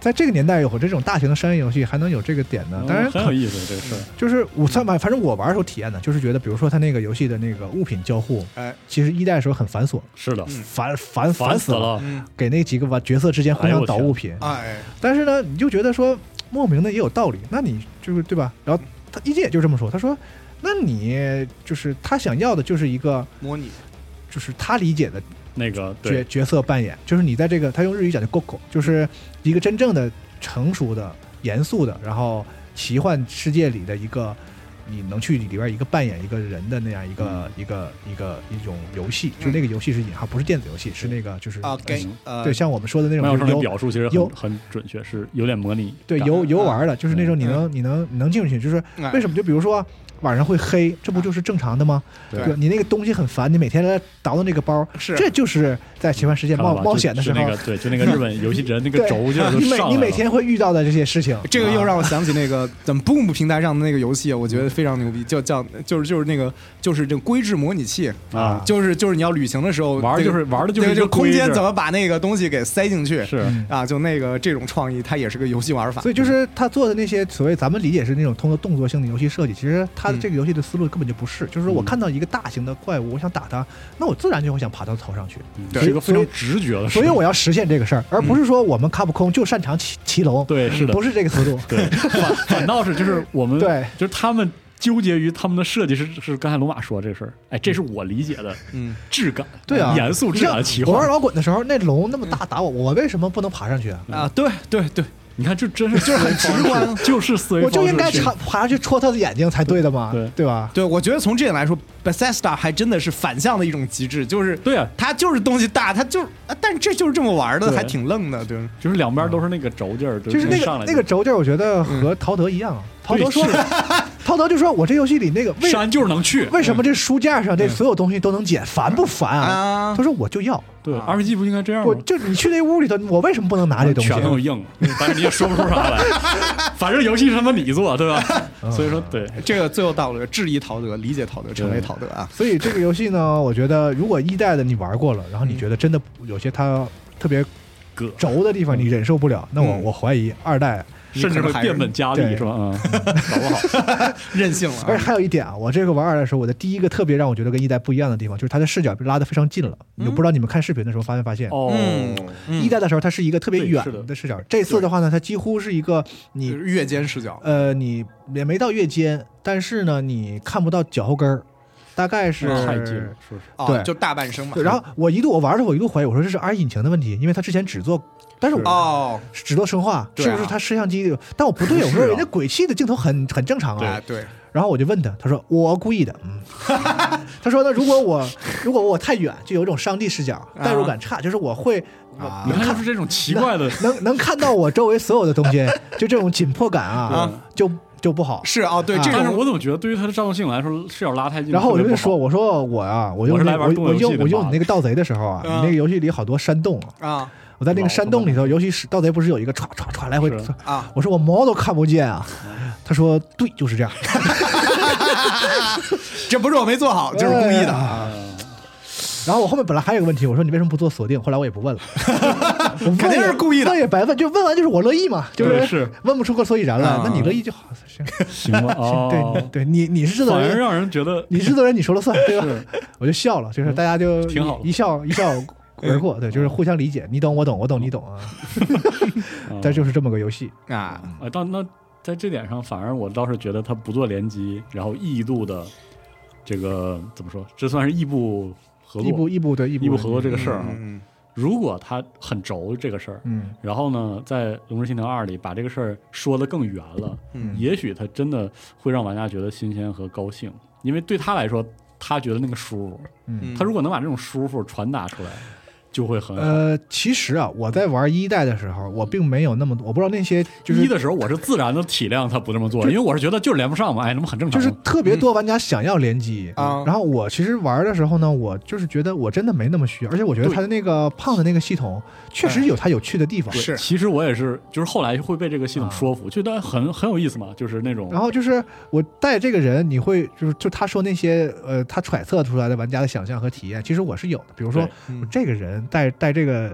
Speaker 1: 在这个年代有这种大型的商业游戏还能有这个点呢
Speaker 3: 嗯，
Speaker 1: 当然嗯
Speaker 3: 很有意思这个事儿。
Speaker 1: 就是我算吧，反正我玩的时候体验的，就是觉得，比如说它那个游戏的那个物品交互，
Speaker 2: 哎，
Speaker 1: 其实一代的时候很繁琐，
Speaker 3: 是的，
Speaker 2: 嗯
Speaker 1: 烦烦
Speaker 3: 烦
Speaker 1: 死
Speaker 3: 死，了。
Speaker 2: 嗯，
Speaker 1: 给那几个玩角色之间互
Speaker 3: 哎呦
Speaker 1: 相
Speaker 3: 我
Speaker 1: 倒
Speaker 3: 天
Speaker 1: 物品，
Speaker 2: 哎，
Speaker 1: 但是呢，你就觉得说莫名的也有道理，那你就是对吧？然后他一姐也就这么说，他说，那你就是他想要的就是一个。
Speaker 2: 模拟
Speaker 1: 就是他理解的
Speaker 3: 那个
Speaker 1: 角
Speaker 3: 对，
Speaker 1: 角色扮演，就是你在这个他用日语讲叫 “goko”，就是一个真正的成熟的、严肃的，然后奇幻世界里的一个你能去里边一个扮演一个人的那样一
Speaker 3: 嗯
Speaker 1: 个、一个一个一种游戏，就是那个游戏是引号，不是电子游戏，是那个就是
Speaker 2: 啊，给
Speaker 3: 嗯
Speaker 2: 呃
Speaker 1: 对，，像我们说的那
Speaker 3: 麦
Speaker 1: 种
Speaker 3: 教
Speaker 1: 就
Speaker 3: 授
Speaker 1: 是
Speaker 3: 的
Speaker 1: 游
Speaker 3: 表啊述其实
Speaker 1: 有
Speaker 3: 很很准确，是有点模拟。
Speaker 1: 对游游玩的，就是那种你
Speaker 2: 嗯
Speaker 1: 能你能你能进去，就是
Speaker 2: 哎
Speaker 1: 为什么就比如说。晚上会黑，这不就是正常的吗？
Speaker 3: 对
Speaker 1: 吧你那个东西很烦，你每天来倒腾那个包，
Speaker 2: 是
Speaker 1: 这就是在奇幻世界
Speaker 3: 看到
Speaker 1: 冒
Speaker 3: 吧
Speaker 1: 冒
Speaker 3: 就
Speaker 1: 险的时
Speaker 3: 就
Speaker 1: 候，
Speaker 3: 那个对，就那个日本游戏人那个
Speaker 1: 对
Speaker 3: 轴就
Speaker 1: 你每
Speaker 3: 上
Speaker 1: 你
Speaker 3: 来
Speaker 1: 每
Speaker 3: 了
Speaker 1: 天会遇到的这些事情，啊
Speaker 2: 这个又让我想起那 个怎么 Boom 平台上的那个游戏，我觉得非常牛逼，叫叫就是就是那个就是这个规制模拟器，
Speaker 3: 啊，
Speaker 2: 就是就是你要旅行的时候
Speaker 3: 玩儿
Speaker 2: 这个
Speaker 3: 就是玩儿的就是
Speaker 2: 对
Speaker 3: 一个
Speaker 2: 就空
Speaker 3: 规
Speaker 2: 间
Speaker 3: 制
Speaker 2: 怎么把那个东西给塞进去
Speaker 3: 是
Speaker 1: 嗯
Speaker 2: 啊，就那个这种创意，它也是个游戏玩法
Speaker 1: 所。以就是他做的那些所谓咱们理解是那种通过动作性的游戏设计，其实他的
Speaker 3: 嗯
Speaker 1: 这个游戏的思路根本就不是。就是说我看到一个大型的怪物，我想打它，那我自然就会想爬到头上去。
Speaker 3: 嗯
Speaker 2: 对
Speaker 3: 是一个非
Speaker 1: 所
Speaker 3: 常
Speaker 1: 以
Speaker 3: 直觉的事儿。
Speaker 1: 所以我要实现这个事儿，而不是说我们卡普空就擅长骑骑龙，
Speaker 3: 对是的
Speaker 1: 不是这个思路。
Speaker 3: 对，反反倒是就是我们
Speaker 1: 对，
Speaker 3: 就是他们纠结于他们的设计是是刚才罗马说这事儿，哎，这是我理解的
Speaker 2: 嗯，
Speaker 3: 质感，
Speaker 1: 对啊，
Speaker 3: 严肃
Speaker 1: 你
Speaker 3: 质感的
Speaker 1: 像
Speaker 3: 奇
Speaker 1: 我玩
Speaker 3: 幻。
Speaker 1: 老滚的时候，那龙那么大打我，我为什么不能爬上去
Speaker 3: 嗯
Speaker 1: 啊？
Speaker 2: 啊，对对对，
Speaker 3: 你看，这真是就是很直观，就是思维
Speaker 1: 我
Speaker 3: 方式，
Speaker 1: 就应该
Speaker 3: 是
Speaker 1: 爬爬上去戳他的眼睛才对的嘛，
Speaker 3: 对
Speaker 1: 对吧？
Speaker 2: 对，我觉得从这点来说，Bethesda 还真的是反向的一种极致，就是
Speaker 3: 对啊，
Speaker 2: 它就是东西大，它就是，啊但这就是这么玩的，
Speaker 3: 对
Speaker 2: 还挺愣的，对。
Speaker 3: 就是两边都是那个轴劲儿，
Speaker 1: 就是那
Speaker 3: 上
Speaker 1: 个
Speaker 3: 来就嗯
Speaker 1: 那个轴劲儿，我觉得和陶德一样啊。陶德说
Speaker 3: 对是，
Speaker 1: 陶德就说我这游戏里那个为
Speaker 3: 山就是能去，
Speaker 1: 为什么这书架上这
Speaker 3: 嗯
Speaker 1: 所有东西都能捡，烦不烦
Speaker 2: 啊
Speaker 1: 啊？他说我就要，
Speaker 3: 对
Speaker 2: 啊
Speaker 3: ，RPG 不应该这样
Speaker 1: 我
Speaker 3: 吗？
Speaker 1: 就你去那屋里头，我为什么不能拿这东西？啊
Speaker 3: 拳头硬，反正你也说不出啥来， 反正游戏是他妈你做，对吧？
Speaker 1: 嗯
Speaker 3: 所以说，对，
Speaker 2: 这个最有道理，质疑陶德，理解陶德，成为陶德啊！
Speaker 1: 所以这个游戏呢，我觉得如果一代的你玩过了，然
Speaker 3: 嗯
Speaker 1: 后你觉得真的有些它特别
Speaker 3: 哥，
Speaker 1: 轴的地方你忍受不了，那我
Speaker 2: 嗯
Speaker 1: 我怀疑二代。
Speaker 3: 甚至会变本加厉，
Speaker 1: 对嗯
Speaker 3: 是吧？啊，搞不好，
Speaker 2: 任性了
Speaker 1: 而且
Speaker 2: 啊，
Speaker 1: 还有一点啊，我这个玩二代的时候，我的第一个特别让我觉得跟一代不一样的地方，就是它的视角被拉得非常近了。我不知道你们看视频的时候发没发现？
Speaker 3: 嗯哦，
Speaker 2: 嗯，嗯
Speaker 1: 一代的时候，它是一个特别
Speaker 3: 对
Speaker 1: 远
Speaker 3: 是的
Speaker 1: 的视角。这次的话呢，它几乎是一个
Speaker 2: 就
Speaker 1: 你
Speaker 2: 是月间视角，
Speaker 1: 呃你也没到月间，但是呢你看不到脚后跟儿，大概是。
Speaker 3: 太近了，是不是？
Speaker 2: 啊，
Speaker 1: 对
Speaker 2: 就大半生嘛
Speaker 1: 对，。然后我一度我玩的时候，我一度怀疑我说这是 R 引擎的问题，因为它之前只做，但是我
Speaker 2: 哦，
Speaker 1: 只做生化，
Speaker 2: 对啊
Speaker 1: 是不是它摄像机有？但我不对，
Speaker 3: 不
Speaker 1: 我
Speaker 3: 是
Speaker 1: 说人
Speaker 3: 啊
Speaker 1: 家鬼泣的镜头很很正常啊
Speaker 2: 哎，。对，
Speaker 1: 然后我就问他，他说我故意的，嗯。 他说呢，如果我如果我太远，就有一种上帝视角，代入感差，就是我会
Speaker 2: 啊
Speaker 3: 你看，就是这种奇怪的，
Speaker 1: 能能看到我周围所有的东西，就这种紧迫感啊，
Speaker 2: 啊
Speaker 1: 就就不好。
Speaker 2: 是啊，对
Speaker 1: 啊
Speaker 2: 这
Speaker 3: 但是
Speaker 2: 种
Speaker 3: 我怎么觉得对于它的战斗性来说是要拉太近，
Speaker 1: 然后我就
Speaker 3: 特
Speaker 1: 跟
Speaker 3: 别不
Speaker 1: 他说，，
Speaker 3: 好
Speaker 1: 我说我啊，我
Speaker 3: 我
Speaker 1: 用
Speaker 3: 是
Speaker 1: 那
Speaker 3: 来玩
Speaker 1: 我
Speaker 3: 动
Speaker 1: 我
Speaker 3: 游戏
Speaker 1: 用
Speaker 3: 的
Speaker 1: 我用
Speaker 3: 嘛
Speaker 1: 你那个盗贼的时候啊，你
Speaker 2: 啊
Speaker 1: 那个游戏里好多山洞啊，
Speaker 2: 啊
Speaker 1: 我在那个
Speaker 3: 老
Speaker 1: 山
Speaker 3: 懂
Speaker 1: 洞里
Speaker 3: 了
Speaker 1: 头，尤其是盗贼不是有一个歘歘歘来回
Speaker 3: 是
Speaker 2: 啊，
Speaker 1: 我说我毛都看不见啊，他说对，就是 这样，
Speaker 2: 这不是我没做好，就是故意的。
Speaker 1: 啊。然后我后面本来还有一个问题，我说你为什么不做锁定？后来我也不问 了，我问
Speaker 2: 肯定是故意的
Speaker 1: 问也白问，就问完就是我乐意嘛，就
Speaker 3: 对
Speaker 1: 是
Speaker 3: 是
Speaker 1: 问不出个所以然来，
Speaker 2: 啊
Speaker 1: 那你乐意就好，行，
Speaker 3: 行吧，
Speaker 1: 对
Speaker 3: 哦，
Speaker 1: 对，你你是制
Speaker 3: 反
Speaker 1: 作
Speaker 3: 而
Speaker 1: 人，
Speaker 3: 让人觉得
Speaker 1: 你是制作人，你说了算，对吧？
Speaker 3: 是
Speaker 1: 我就笑了，就是大家就
Speaker 3: 嗯挺好的嗯
Speaker 1: 一笑一笑而过，对，就是互相理解，你懂我懂，我懂你懂啊，
Speaker 3: 啊
Speaker 1: 但就是这么个游戏，
Speaker 2: 啊，
Speaker 3: 啊，到那在这点上，反而我倒是觉得他不做联机，然后异度的这个怎么说，这算是异步合
Speaker 1: 一步
Speaker 3: 作。
Speaker 1: 一步对一
Speaker 3: 一
Speaker 1: 步
Speaker 3: 步合作这个事儿啊
Speaker 2: 嗯，
Speaker 3: 如果他很轴这个事儿，
Speaker 1: 嗯
Speaker 3: 然后呢，在《龙之信条二》里把这个事儿说得更圆了，
Speaker 2: 嗯
Speaker 3: 也许他真的会让玩家觉得新鲜和高兴，因为对他来说，他觉得那个舒服。
Speaker 1: 嗯。
Speaker 2: 嗯
Speaker 3: 他如果能把这种舒服传达出来，就会很好。
Speaker 1: 呃，其实啊，我在玩一代的时候，我并没有那么多，我不知道那些就
Speaker 3: 一
Speaker 1: 是
Speaker 3: 的时候，我是自然的体谅他不这么做，因为我是觉得就是连不上嘛，哎，那么很正
Speaker 1: 就
Speaker 3: 常嘛。
Speaker 1: 是特别多玩家想要联机
Speaker 2: 啊
Speaker 1: 然后我其实玩的时候呢，我就是觉得我真的没那么需要，而且我觉得
Speaker 3: 对
Speaker 1: 它的那个胖的那个系统确实有它有趣的地方。
Speaker 2: 是
Speaker 3: 其实我也是，就是后来会被这个系统说服，觉得很很有意思嘛，就是那
Speaker 2: 嗯
Speaker 3: 种
Speaker 1: 啊然后就是我带这个人，你会就是就他说那些呃，他揣测出来的玩家的想象和体验，其实我是有的。比如说
Speaker 3: 对
Speaker 2: 嗯
Speaker 1: 这个人带带这个。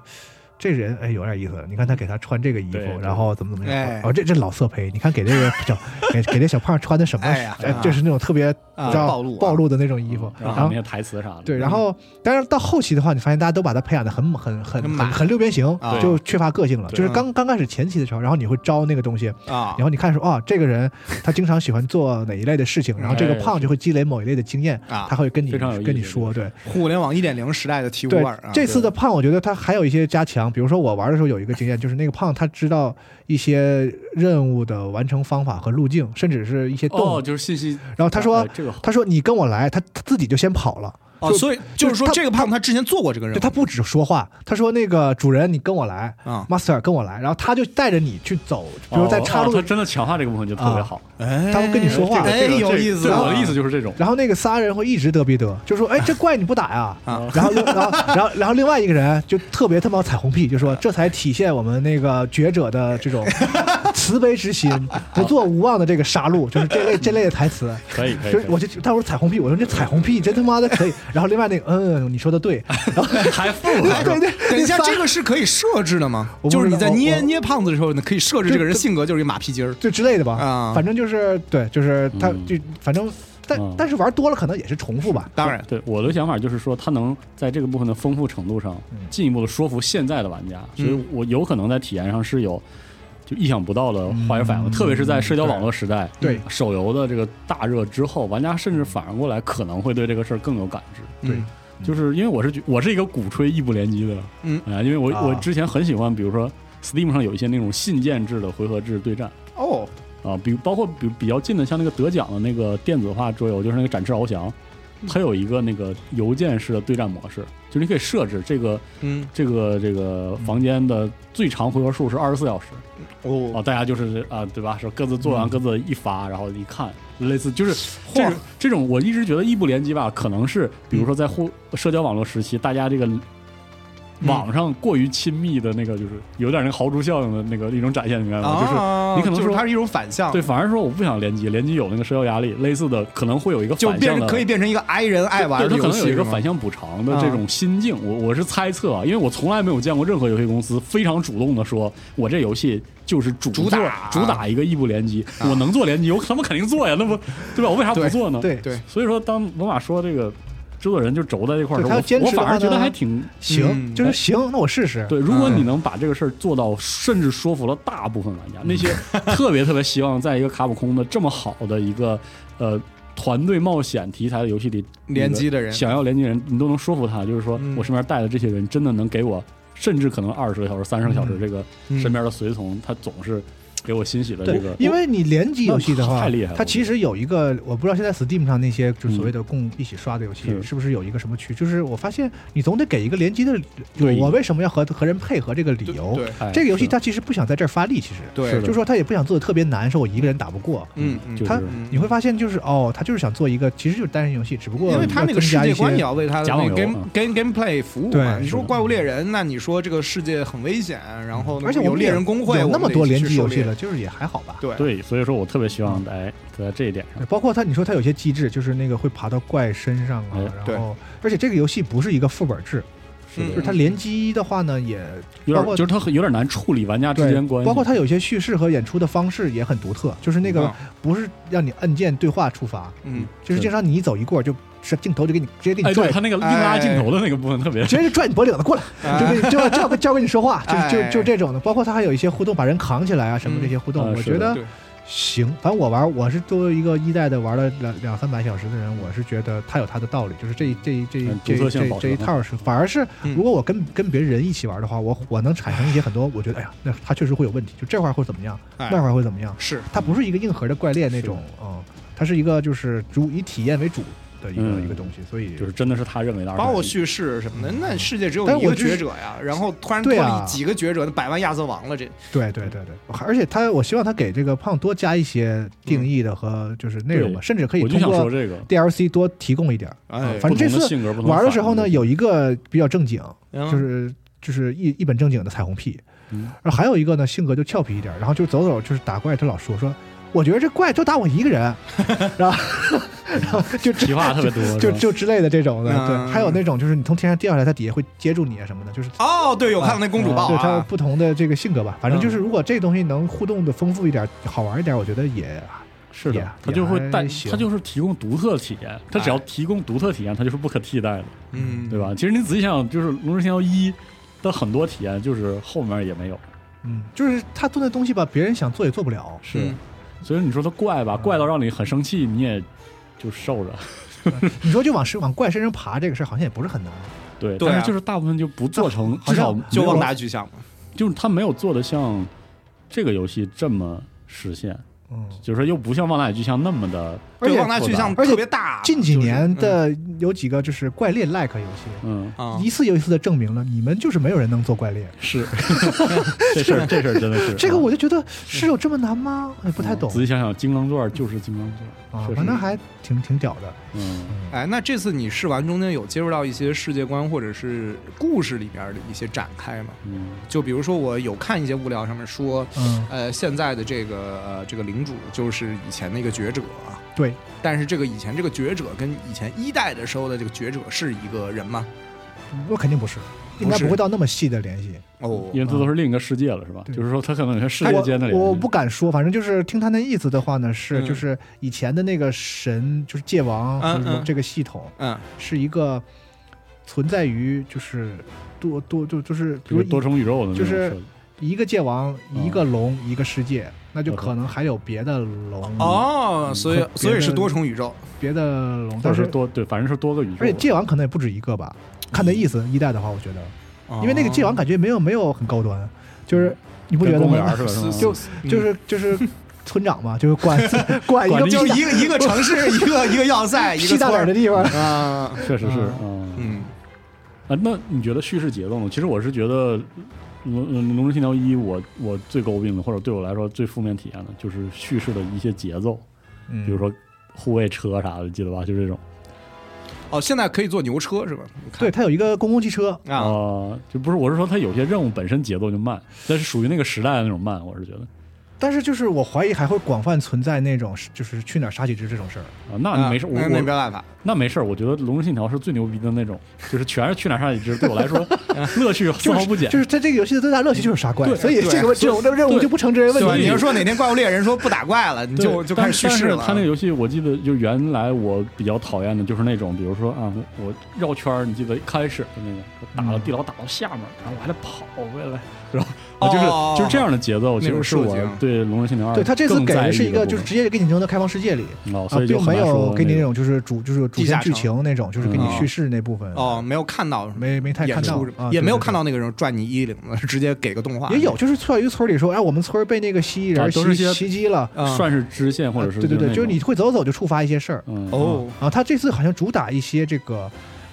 Speaker 1: 这人哎，有点意思。你看他给他穿这个衣服
Speaker 3: 对，对
Speaker 1: 然后怎么怎么
Speaker 2: 哎
Speaker 1: 样？哦，这这老色胚，你看给这个 小给给这小胖穿的什么
Speaker 2: 哎呀？
Speaker 1: 哎就是那种特别
Speaker 2: 啊
Speaker 1: 你知道
Speaker 2: 暴露啊
Speaker 1: 暴露的那种衣服。
Speaker 3: 然
Speaker 1: 然
Speaker 3: 后
Speaker 1: 后
Speaker 3: 那些台词啥的。
Speaker 1: 对，然后但是到后期的话，你发现大家都把它培养的很很很
Speaker 2: 很满
Speaker 1: 很很六边形
Speaker 2: 啊，
Speaker 1: 就缺乏个性了。
Speaker 3: 对
Speaker 1: 就是刚刚开始前期的时候，然后你会招那个东西，
Speaker 2: 啊
Speaker 1: 然，后你看说啊，这个人他经常喜欢做哪一类的事情，然后这个
Speaker 3: 哎
Speaker 1: 胖就会积累某一类的经验，
Speaker 2: 啊
Speaker 1: 他会跟你
Speaker 3: 非常有意思
Speaker 1: 跟你说，对
Speaker 2: 互联网一点零时代的体
Speaker 1: 对
Speaker 2: 五二啊，。
Speaker 1: 这次的胖，我觉得他还有一些加强，比如说我玩的时候有一个经验，就是那个胖他知道一些任务的完成方法和路径，甚至是一些动
Speaker 3: 哦，
Speaker 1: 物。
Speaker 3: 就是信息。
Speaker 1: 然后他说
Speaker 3: 哎这个好
Speaker 1: 他说你跟我来，他他自己就先跑了。
Speaker 2: 哦，所以就是说
Speaker 1: 他
Speaker 2: 这个胖他之前做过这个任
Speaker 1: 对
Speaker 2: 务
Speaker 1: 他不止说话，他说那个主人你跟我来
Speaker 2: 啊，
Speaker 1: ，master 跟我来，然后他就带着你去走，比如在岔
Speaker 3: 嗯哦
Speaker 1: 路
Speaker 3: 哦，他真的强化这个部分就特别好。
Speaker 2: 哎
Speaker 1: 他会跟你说话
Speaker 2: 哎，
Speaker 3: 这个
Speaker 2: 有
Speaker 3: 这
Speaker 2: 意思
Speaker 3: 对
Speaker 2: 啊，
Speaker 3: 我的意思就是这种。
Speaker 1: 然后那个仨人会一直得逼得，就说：“哎，这怪你不打呀！”
Speaker 2: 啊
Speaker 1: 然后另，然后，然后，然后另外一个人就特别他妈彩虹屁，就说：“
Speaker 2: 啊
Speaker 1: 这才体现我们那个觉者的这种 慈悲之心，不做无望的这个杀戮。”就是这 类这类的台词。
Speaker 3: 可以可以
Speaker 1: 就是
Speaker 3: 可
Speaker 1: 我就他说彩虹屁，我说这彩虹屁真他妈的 可以。然后另外那个，嗯，你说的对。然后
Speaker 3: 以，还附 和。
Speaker 1: 对对，
Speaker 2: 等一下，
Speaker 1: 那仨
Speaker 2: 这个是可以设置的吗？
Speaker 1: 我不知道
Speaker 2: 就是你在
Speaker 1: 我
Speaker 2: 捏
Speaker 1: 我
Speaker 2: 捏胖子的时候，你可以设置这个人性格就是一马屁精儿
Speaker 1: 就之类的吧。
Speaker 2: 啊
Speaker 1: 反正就是对，就是他
Speaker 3: 嗯
Speaker 1: 就反正，但
Speaker 3: 嗯
Speaker 1: 但是玩多了可能也是重复吧。
Speaker 2: 当然，
Speaker 3: 对我的想法就是说，他能在这个部分的丰富程度上
Speaker 1: 嗯
Speaker 3: 进一步的说服现在的玩家，所以
Speaker 2: 嗯
Speaker 3: 我有可能在体验上是有就意想不到的化学反应，
Speaker 1: 嗯
Speaker 3: 特别是在社交网络时代，
Speaker 1: 对
Speaker 3: 手游的这个大热之后，玩家甚至反应过来可能会对这个事儿更有感知。
Speaker 1: 对嗯
Speaker 3: 就是因为我是觉我是一个鼓吹异步联机的，
Speaker 2: 嗯
Speaker 3: 啊，因为我、
Speaker 1: 啊
Speaker 3: 我之前很喜欢，比如说 Steam 上有一些那种信件制的回合制对战
Speaker 2: 嗯哦，
Speaker 3: 啊，比包括比比较近的，像那个得奖的那个电子化桌游，就是那个展翅翱翔，它有一个那个邮件式的对战模式，就是你可以设置这个
Speaker 2: 嗯
Speaker 3: 这个这个房间的最长回合数是二十四小时
Speaker 2: 哦
Speaker 3: 啊，大家就是啊，对吧？是各自做
Speaker 2: 嗯
Speaker 3: 完各自一发，然后一看，类似就是这
Speaker 2: 嚯
Speaker 3: 种这种，我一直觉得异步联机吧，可能是比如说在互社交网络时期，大家这个
Speaker 2: 嗯
Speaker 3: 网上过于亲密的那个，就是有点那个豪猪效应的那个一种展现，明白吗？就是
Speaker 2: 啊，
Speaker 3: 你可能
Speaker 2: 就是
Speaker 3: 说
Speaker 2: 它是一种反向，
Speaker 3: 对，反而说我不想联机，联机有那个社交压力，类似的可能会有一个
Speaker 2: 就
Speaker 3: 反
Speaker 2: 变
Speaker 3: 向
Speaker 2: 成
Speaker 3: 的。
Speaker 2: 可以变成一个 I 人爱玩
Speaker 3: 对，
Speaker 2: 的
Speaker 3: 它可
Speaker 2: 游
Speaker 3: 能
Speaker 2: 戏，
Speaker 3: 有一
Speaker 2: 是
Speaker 3: 个
Speaker 2: 吗啊
Speaker 3: 反向补偿的这种心境，我我是猜测啊，因为我从来没有见过任何游戏公司非常主动的说，我这游戏就是主
Speaker 2: 主
Speaker 3: 做
Speaker 2: 打啊
Speaker 3: 主打一个异步联机，我能做联机，我他妈肯定做呀，那不对吧？我为啥不
Speaker 2: 对
Speaker 3: 做呢？
Speaker 1: 对
Speaker 2: 对，
Speaker 3: 所以说当罗马说这个制作人就轴在这块儿
Speaker 1: 对
Speaker 3: 的时
Speaker 1: 他
Speaker 3: 候，
Speaker 1: 坚
Speaker 3: 我我
Speaker 1: 持的
Speaker 3: 反而
Speaker 1: 话
Speaker 3: 觉得
Speaker 1: 呢
Speaker 3: 还挺
Speaker 1: 行，
Speaker 2: 嗯
Speaker 1: 就是行，那我试试。
Speaker 3: 对，如果
Speaker 2: 嗯
Speaker 3: 你能把这个事儿做到，甚至说服了大部分玩家，那些特别特别希望在一个卡普空的这么好的一个呃团队冒险题材的游戏里
Speaker 2: 联机的
Speaker 3: 那
Speaker 2: 人
Speaker 3: 个想要联机的人，你都能说服他，就是说
Speaker 2: 嗯
Speaker 3: 我身边带的这些人真的能给我，甚至可能二十个小时、三十个小时
Speaker 1: 嗯
Speaker 3: 这个
Speaker 2: 嗯
Speaker 3: 身边的随从，他总是给我欣喜的呃这
Speaker 1: 对
Speaker 3: 个，，
Speaker 1: 因为你联机游戏的
Speaker 3: 那
Speaker 1: 话
Speaker 3: 太厉害了，嗯
Speaker 1: 它其实有一个，我不知道现在 Steam 上那些就是所谓的共一起刷的游戏，
Speaker 3: 是
Speaker 1: 是不是有一个什么区？就是我发现你总得给一个联机的理，
Speaker 3: 对
Speaker 1: 我为什么要和和人配合这个理由？
Speaker 2: 对
Speaker 3: 哎
Speaker 1: 这个游戏
Speaker 3: 是
Speaker 1: 它其实不想在这儿发力，其实
Speaker 2: 对
Speaker 3: 是的
Speaker 1: 就是说它也不想做的特别难，说我一个人打不过。
Speaker 2: 嗯嗯，
Speaker 3: 就是
Speaker 1: 它
Speaker 2: 嗯
Speaker 1: 你会发现就是哦，它就是想做一个，其实就是单人游戏，只不过
Speaker 2: 因为它
Speaker 1: 要
Speaker 2: 那个
Speaker 1: 增
Speaker 2: 世
Speaker 1: 加
Speaker 2: 界
Speaker 1: 一些
Speaker 2: 观也要为它的
Speaker 3: 假网
Speaker 2: 那个
Speaker 3: 游
Speaker 2: game
Speaker 3: 嗯
Speaker 2: game gameplay 服务
Speaker 1: 啊对
Speaker 2: 嘛。你
Speaker 1: 是
Speaker 2: 说
Speaker 1: 的
Speaker 2: 怪物猎人，那你说这个世界很危险，然后呢
Speaker 1: 而且我
Speaker 2: 有
Speaker 1: 们
Speaker 2: 猎
Speaker 1: 也
Speaker 2: 人工会，
Speaker 1: 有
Speaker 2: 我
Speaker 1: 那
Speaker 2: 们
Speaker 1: 么
Speaker 2: 得
Speaker 1: 多
Speaker 2: 去
Speaker 1: 联机游
Speaker 2: 狩
Speaker 1: 戏
Speaker 2: 猎
Speaker 1: 了，就是也还好吧。
Speaker 2: 对
Speaker 3: 对，所以说我特别希望
Speaker 1: 嗯
Speaker 3: 哎，在这一点上，
Speaker 1: 包括它，你说它有些机制，就是那个会爬到怪身上啊
Speaker 3: 哎，
Speaker 1: 然后而且这个游戏不是一个副本制，
Speaker 2: 嗯
Speaker 3: 是
Speaker 1: 就是
Speaker 3: 的，
Speaker 1: 它联机的话呢，也
Speaker 3: 有
Speaker 1: 包
Speaker 3: 点
Speaker 1: 括
Speaker 3: 就是它很有点难处理玩家之
Speaker 1: 对
Speaker 3: 间关系，
Speaker 1: 包括它有些叙事和演出的方式也很独特，就是那个
Speaker 2: 啊
Speaker 1: 不是让你按键对话触发，
Speaker 2: 嗯，
Speaker 1: 就是
Speaker 3: 嗯是
Speaker 1: 经常你一走一过就是镜头就给你直接给
Speaker 3: 哎，
Speaker 1: 你
Speaker 3: 对
Speaker 1: 拽，
Speaker 3: 他那个硬拉镜头的那个部分特别，
Speaker 1: 直接就拽你脖领子过来，嗯
Speaker 3: 啊
Speaker 1: 就
Speaker 2: 哎
Speaker 1: 跟就就要跟就要跟你说 话，
Speaker 2: 哎
Speaker 1: 就就就这种的。包括它还有一些互动，把人扛起来啊什么这些互动，
Speaker 3: 嗯啊
Speaker 1: 我
Speaker 3: 是
Speaker 1: 觉
Speaker 3: 的
Speaker 1: 得
Speaker 2: 对
Speaker 1: 行。反正我玩，我是作为一个一代的玩了两两三百小时的人，我是觉得它有它的道理，就是这一这一这一
Speaker 3: 嗯
Speaker 1: 这
Speaker 3: 独
Speaker 1: 一
Speaker 3: 特性
Speaker 1: 这一
Speaker 3: 保
Speaker 1: 这
Speaker 3: 存
Speaker 1: 一套是，反而是
Speaker 2: 嗯
Speaker 1: 如果我跟跟别人一起玩的话，我我能产生一些很多，我觉得哎呀，那它确实会有问题，就这块儿会怎么样，
Speaker 2: 哎
Speaker 1: 那块儿会怎么样。
Speaker 2: 是
Speaker 1: 它不是一个硬核的怪猎那种，嗯，它是一个就是主以体验为主的一个、
Speaker 3: 嗯
Speaker 1: 一个东西，所以
Speaker 3: 就是真的是他认为的二选一，
Speaker 2: 包括叙事什么的，那世界只有
Speaker 1: 但是
Speaker 2: 一个
Speaker 1: 我就是
Speaker 2: 觉者呀，然后突然
Speaker 1: 嗯
Speaker 2: 脱
Speaker 1: 对啊
Speaker 2: 离几个觉者，那百万亚瑟王了，这
Speaker 1: 对对对对，而且它我希望它给这个胖多加一些定义的和就是内容吧，
Speaker 3: 对
Speaker 1: 甚至可以
Speaker 3: 我就
Speaker 1: 通
Speaker 3: 想说
Speaker 1: 过
Speaker 3: 这个，
Speaker 1: DLC 多提供一点儿。
Speaker 2: 哎
Speaker 1: 啊反正这
Speaker 3: 不同的
Speaker 1: 次
Speaker 3: 性格不同
Speaker 1: 玩的
Speaker 3: 的
Speaker 1: 时候呢，
Speaker 3: 反应
Speaker 1: 有一个比较正经，
Speaker 2: 就
Speaker 1: 就是就是一一本正经的彩虹屁，
Speaker 3: 嗯
Speaker 1: 然后还有一个呢性格就俏皮一点儿，然后就走走就是打怪，他老说说。我觉得这怪就打我一个人，然后然后就这
Speaker 3: 提话特别多，
Speaker 1: 就是
Speaker 3: 吧
Speaker 1: 就之类的这种的，
Speaker 2: 嗯
Speaker 1: 对，还有那种就是你从天上掉下来，它底下会接住你啊什么的，就是
Speaker 2: 哦，对，有看到那公主抱
Speaker 1: 对它有
Speaker 2: 啊，
Speaker 1: 不同的这个性格吧。反正
Speaker 2: 嗯
Speaker 1: 就是如果这东西能互动的丰富一点，好玩一点，我觉得也
Speaker 3: 是
Speaker 1: 也
Speaker 3: 的，他就
Speaker 1: 也还
Speaker 3: 会带，
Speaker 1: 行
Speaker 3: 他就是提供独特体验，他只要
Speaker 2: 哎
Speaker 3: 提供独特体验，他就是不可替代的，
Speaker 2: 嗯，
Speaker 3: 对吧？其实你仔细想想，就是《龙之信条一》的很多体验，就是后面也没有，。
Speaker 1: 嗯，就是他做那东西吧，别人想做也做不了
Speaker 2: 嗯？
Speaker 3: 所以你说他怪吧，怪
Speaker 1: 嗯
Speaker 3: 到让你很生气，你也就受着，
Speaker 1: 你说就往身往怪身上爬这个事儿，好像也不是很难。
Speaker 3: 对。
Speaker 2: 对啊
Speaker 3: 但是就是大部分就不做成，
Speaker 1: 好
Speaker 3: 至少
Speaker 1: 像
Speaker 2: 就
Speaker 3: 没有
Speaker 2: 旺达巨像嘛，
Speaker 3: 就是他没有做的像这个游戏这么实现，
Speaker 1: 嗯，
Speaker 3: 就是说又不像《旺达与巨像》那么的，
Speaker 1: 而
Speaker 2: 对
Speaker 1: 且
Speaker 2: 旺达巨像
Speaker 1: 而且
Speaker 2: 特别大，啊
Speaker 1: 近几年
Speaker 2: 就是
Speaker 1: 的有几个就是怪猎 like 游戏，
Speaker 3: 嗯，
Speaker 2: 啊
Speaker 1: 一次又一次的证明了你们就是没有人能做怪猎。
Speaker 3: 是这事儿，这事儿真的是
Speaker 1: 这个
Speaker 3: 啊
Speaker 1: 我就觉得是有这么难吗？也不太懂
Speaker 3: 仔细想想，金刚钻就是金刚钻，
Speaker 1: 啊
Speaker 3: 确，实
Speaker 1: 反正还挺挺屌的。
Speaker 3: 嗯，
Speaker 1: 嗯，
Speaker 2: 哎，那这次你试完中间有接触到一些世界观或者是故事里边的一些展开吗？
Speaker 3: 嗯，
Speaker 2: 就比如说我有看一些物料上面说，
Speaker 1: 嗯，
Speaker 2: 呃，现在的这个呃这个领主就是以前那个觉者，啊
Speaker 1: 对，
Speaker 2: 但是这个以前这个觉者跟以前一代的时候的这个觉者是一个人吗？
Speaker 1: 我肯定不是，应该
Speaker 2: 不是
Speaker 1: 不会到那么细的联系。
Speaker 2: 哦，
Speaker 3: 因为这都是另一个世界了，是吧？
Speaker 1: 对
Speaker 3: 就是说，它可能有些世
Speaker 1: 我
Speaker 3: 界间的联系
Speaker 1: 我不敢说，反正就是听他那意思的话呢，是、
Speaker 2: 嗯
Speaker 1: 就是以前的那个神，就是界王
Speaker 2: 嗯
Speaker 1: 或者什么
Speaker 2: 嗯
Speaker 1: 这个系统，
Speaker 2: 嗯，
Speaker 1: 是一个存在于就是多多就就是比
Speaker 3: 就
Speaker 1: 如
Speaker 3: 是多重宇宙的那种
Speaker 1: 就是
Speaker 3: 设计
Speaker 1: 一个界王、
Speaker 3: 嗯
Speaker 1: 一个龙、一个世界，那就
Speaker 3: 好的
Speaker 1: 可能还有别的龙、
Speaker 2: 哦，所以
Speaker 1: 和别的
Speaker 2: 所以是多重宇宙，
Speaker 1: 别的龙，
Speaker 3: 或
Speaker 1: 但
Speaker 3: 者
Speaker 1: 是
Speaker 3: 是多对，反正是多个嗯宇宙。
Speaker 1: 而且界王可能也不止一个吧。看那意思，一代的话，我觉得，
Speaker 2: 哦
Speaker 3: 哦
Speaker 1: 因为那个界王感觉没有没有很高端，就是你不觉
Speaker 3: 嗯跟
Speaker 1: 得
Speaker 3: 公务员
Speaker 1: 吗？
Speaker 3: 似的是吧？
Speaker 1: 就
Speaker 2: 嗯
Speaker 1: 就是就是村长嘛，就是 管管一
Speaker 3: 管
Speaker 1: 个
Speaker 3: 着
Speaker 2: 就
Speaker 1: 屁大
Speaker 2: 是一个一个城市，一个一个 要塞，一
Speaker 1: 屁
Speaker 2: 个
Speaker 1: 大点儿的
Speaker 2: 村
Speaker 1: 地方，
Speaker 2: 儿啊，
Speaker 3: 确实是
Speaker 1: 啊
Speaker 3: 嗯
Speaker 2: 嗯
Speaker 3: 啊。那你觉得叙事节奏呢？其实我是觉得《龙呃龙龙之信条一》，我我最诟病的，或者对我来说最负面体验的，就是叙事的一些节奏，
Speaker 1: 嗯
Speaker 3: 比如说护卫车啥的，记得吧？就这种
Speaker 2: 哦，现在可以坐牛车是吧？我看
Speaker 1: 对，它有一个公共汽车，
Speaker 3: 啊、
Speaker 2: 啊，
Speaker 3: 就不是我是说，它有些任务本身节奏就慢，但是属于那个时代的那种慢，我是觉得
Speaker 1: 但是就是我怀疑还会广泛存在那种就是去哪儿杀几只这种事儿。
Speaker 3: 啊，那没事，
Speaker 2: 啊
Speaker 3: 我
Speaker 2: 那
Speaker 3: 我
Speaker 2: 那没办法，
Speaker 3: 那没事儿，我觉得《龙之信条》是最牛逼的那种，就是全是去哪儿杀几只，对我来说乐趣丝毫不减。
Speaker 1: 就是在这个游戏的最大乐趣就是杀怪，
Speaker 3: 对
Speaker 1: 所以
Speaker 2: 对
Speaker 1: 这个这种任务就不成真人
Speaker 2: 对吧？
Speaker 1: 问
Speaker 2: 你
Speaker 1: 题
Speaker 2: 要。说哪天怪物猎人说不打怪了，你
Speaker 3: 对
Speaker 2: 就就开始叙
Speaker 3: 但
Speaker 2: 事
Speaker 3: 但
Speaker 2: 了
Speaker 3: 是。他那个游戏，我记得就原来我比较讨厌的就是那种，比如说啊，我绕圈儿，你记得开始的那个，我打到
Speaker 1: 嗯
Speaker 3: 地牢打到下面，然后我还得跑回来，然后啊，就是、
Speaker 2: 哦
Speaker 3: 就是这样的节奏，
Speaker 2: 那
Speaker 3: 其
Speaker 2: 种
Speaker 3: 实是
Speaker 2: 设
Speaker 3: 我
Speaker 2: 计啊
Speaker 3: 对《龙之信条二》
Speaker 1: 对他这次
Speaker 3: 更
Speaker 1: 给
Speaker 3: 在
Speaker 1: 的
Speaker 3: 意
Speaker 1: 是一
Speaker 3: 一个
Speaker 1: 个
Speaker 3: 部
Speaker 1: 就
Speaker 3: 分
Speaker 1: 是直接给你扔到开放世界里，
Speaker 3: 哦，
Speaker 1: 啊
Speaker 3: 所以，就
Speaker 1: 并
Speaker 3: 很
Speaker 1: 没
Speaker 3: 难说
Speaker 1: 有给你
Speaker 3: 那啊
Speaker 1: 那
Speaker 3: 种
Speaker 1: 种就是主就是主
Speaker 2: 地
Speaker 1: 线
Speaker 2: 下
Speaker 1: 剧
Speaker 2: 城
Speaker 1: 情那种，就是给你
Speaker 2: 嗯
Speaker 1: 叙事那部分，
Speaker 2: 哦，没有看到是吗
Speaker 1: 没没太
Speaker 2: 演
Speaker 1: 看到
Speaker 2: 出，
Speaker 1: 啊
Speaker 2: 也没有
Speaker 1: 对对
Speaker 2: 看到那个人拽你衣领子，直接给个动画。
Speaker 1: 也有，就是在一个村里说，哎，我们村儿被那个蜥蜴
Speaker 3: 啊
Speaker 1: 人
Speaker 3: 都是
Speaker 1: 袭
Speaker 3: 些
Speaker 1: 袭击了，啊
Speaker 2: 嗯
Speaker 3: 算是支线或者是
Speaker 1: 对对对，就是
Speaker 3: 那
Speaker 1: 你会走走就触发一些事儿。
Speaker 3: 种嗯
Speaker 2: 哦，
Speaker 1: 然后他这次好像主打一些这个，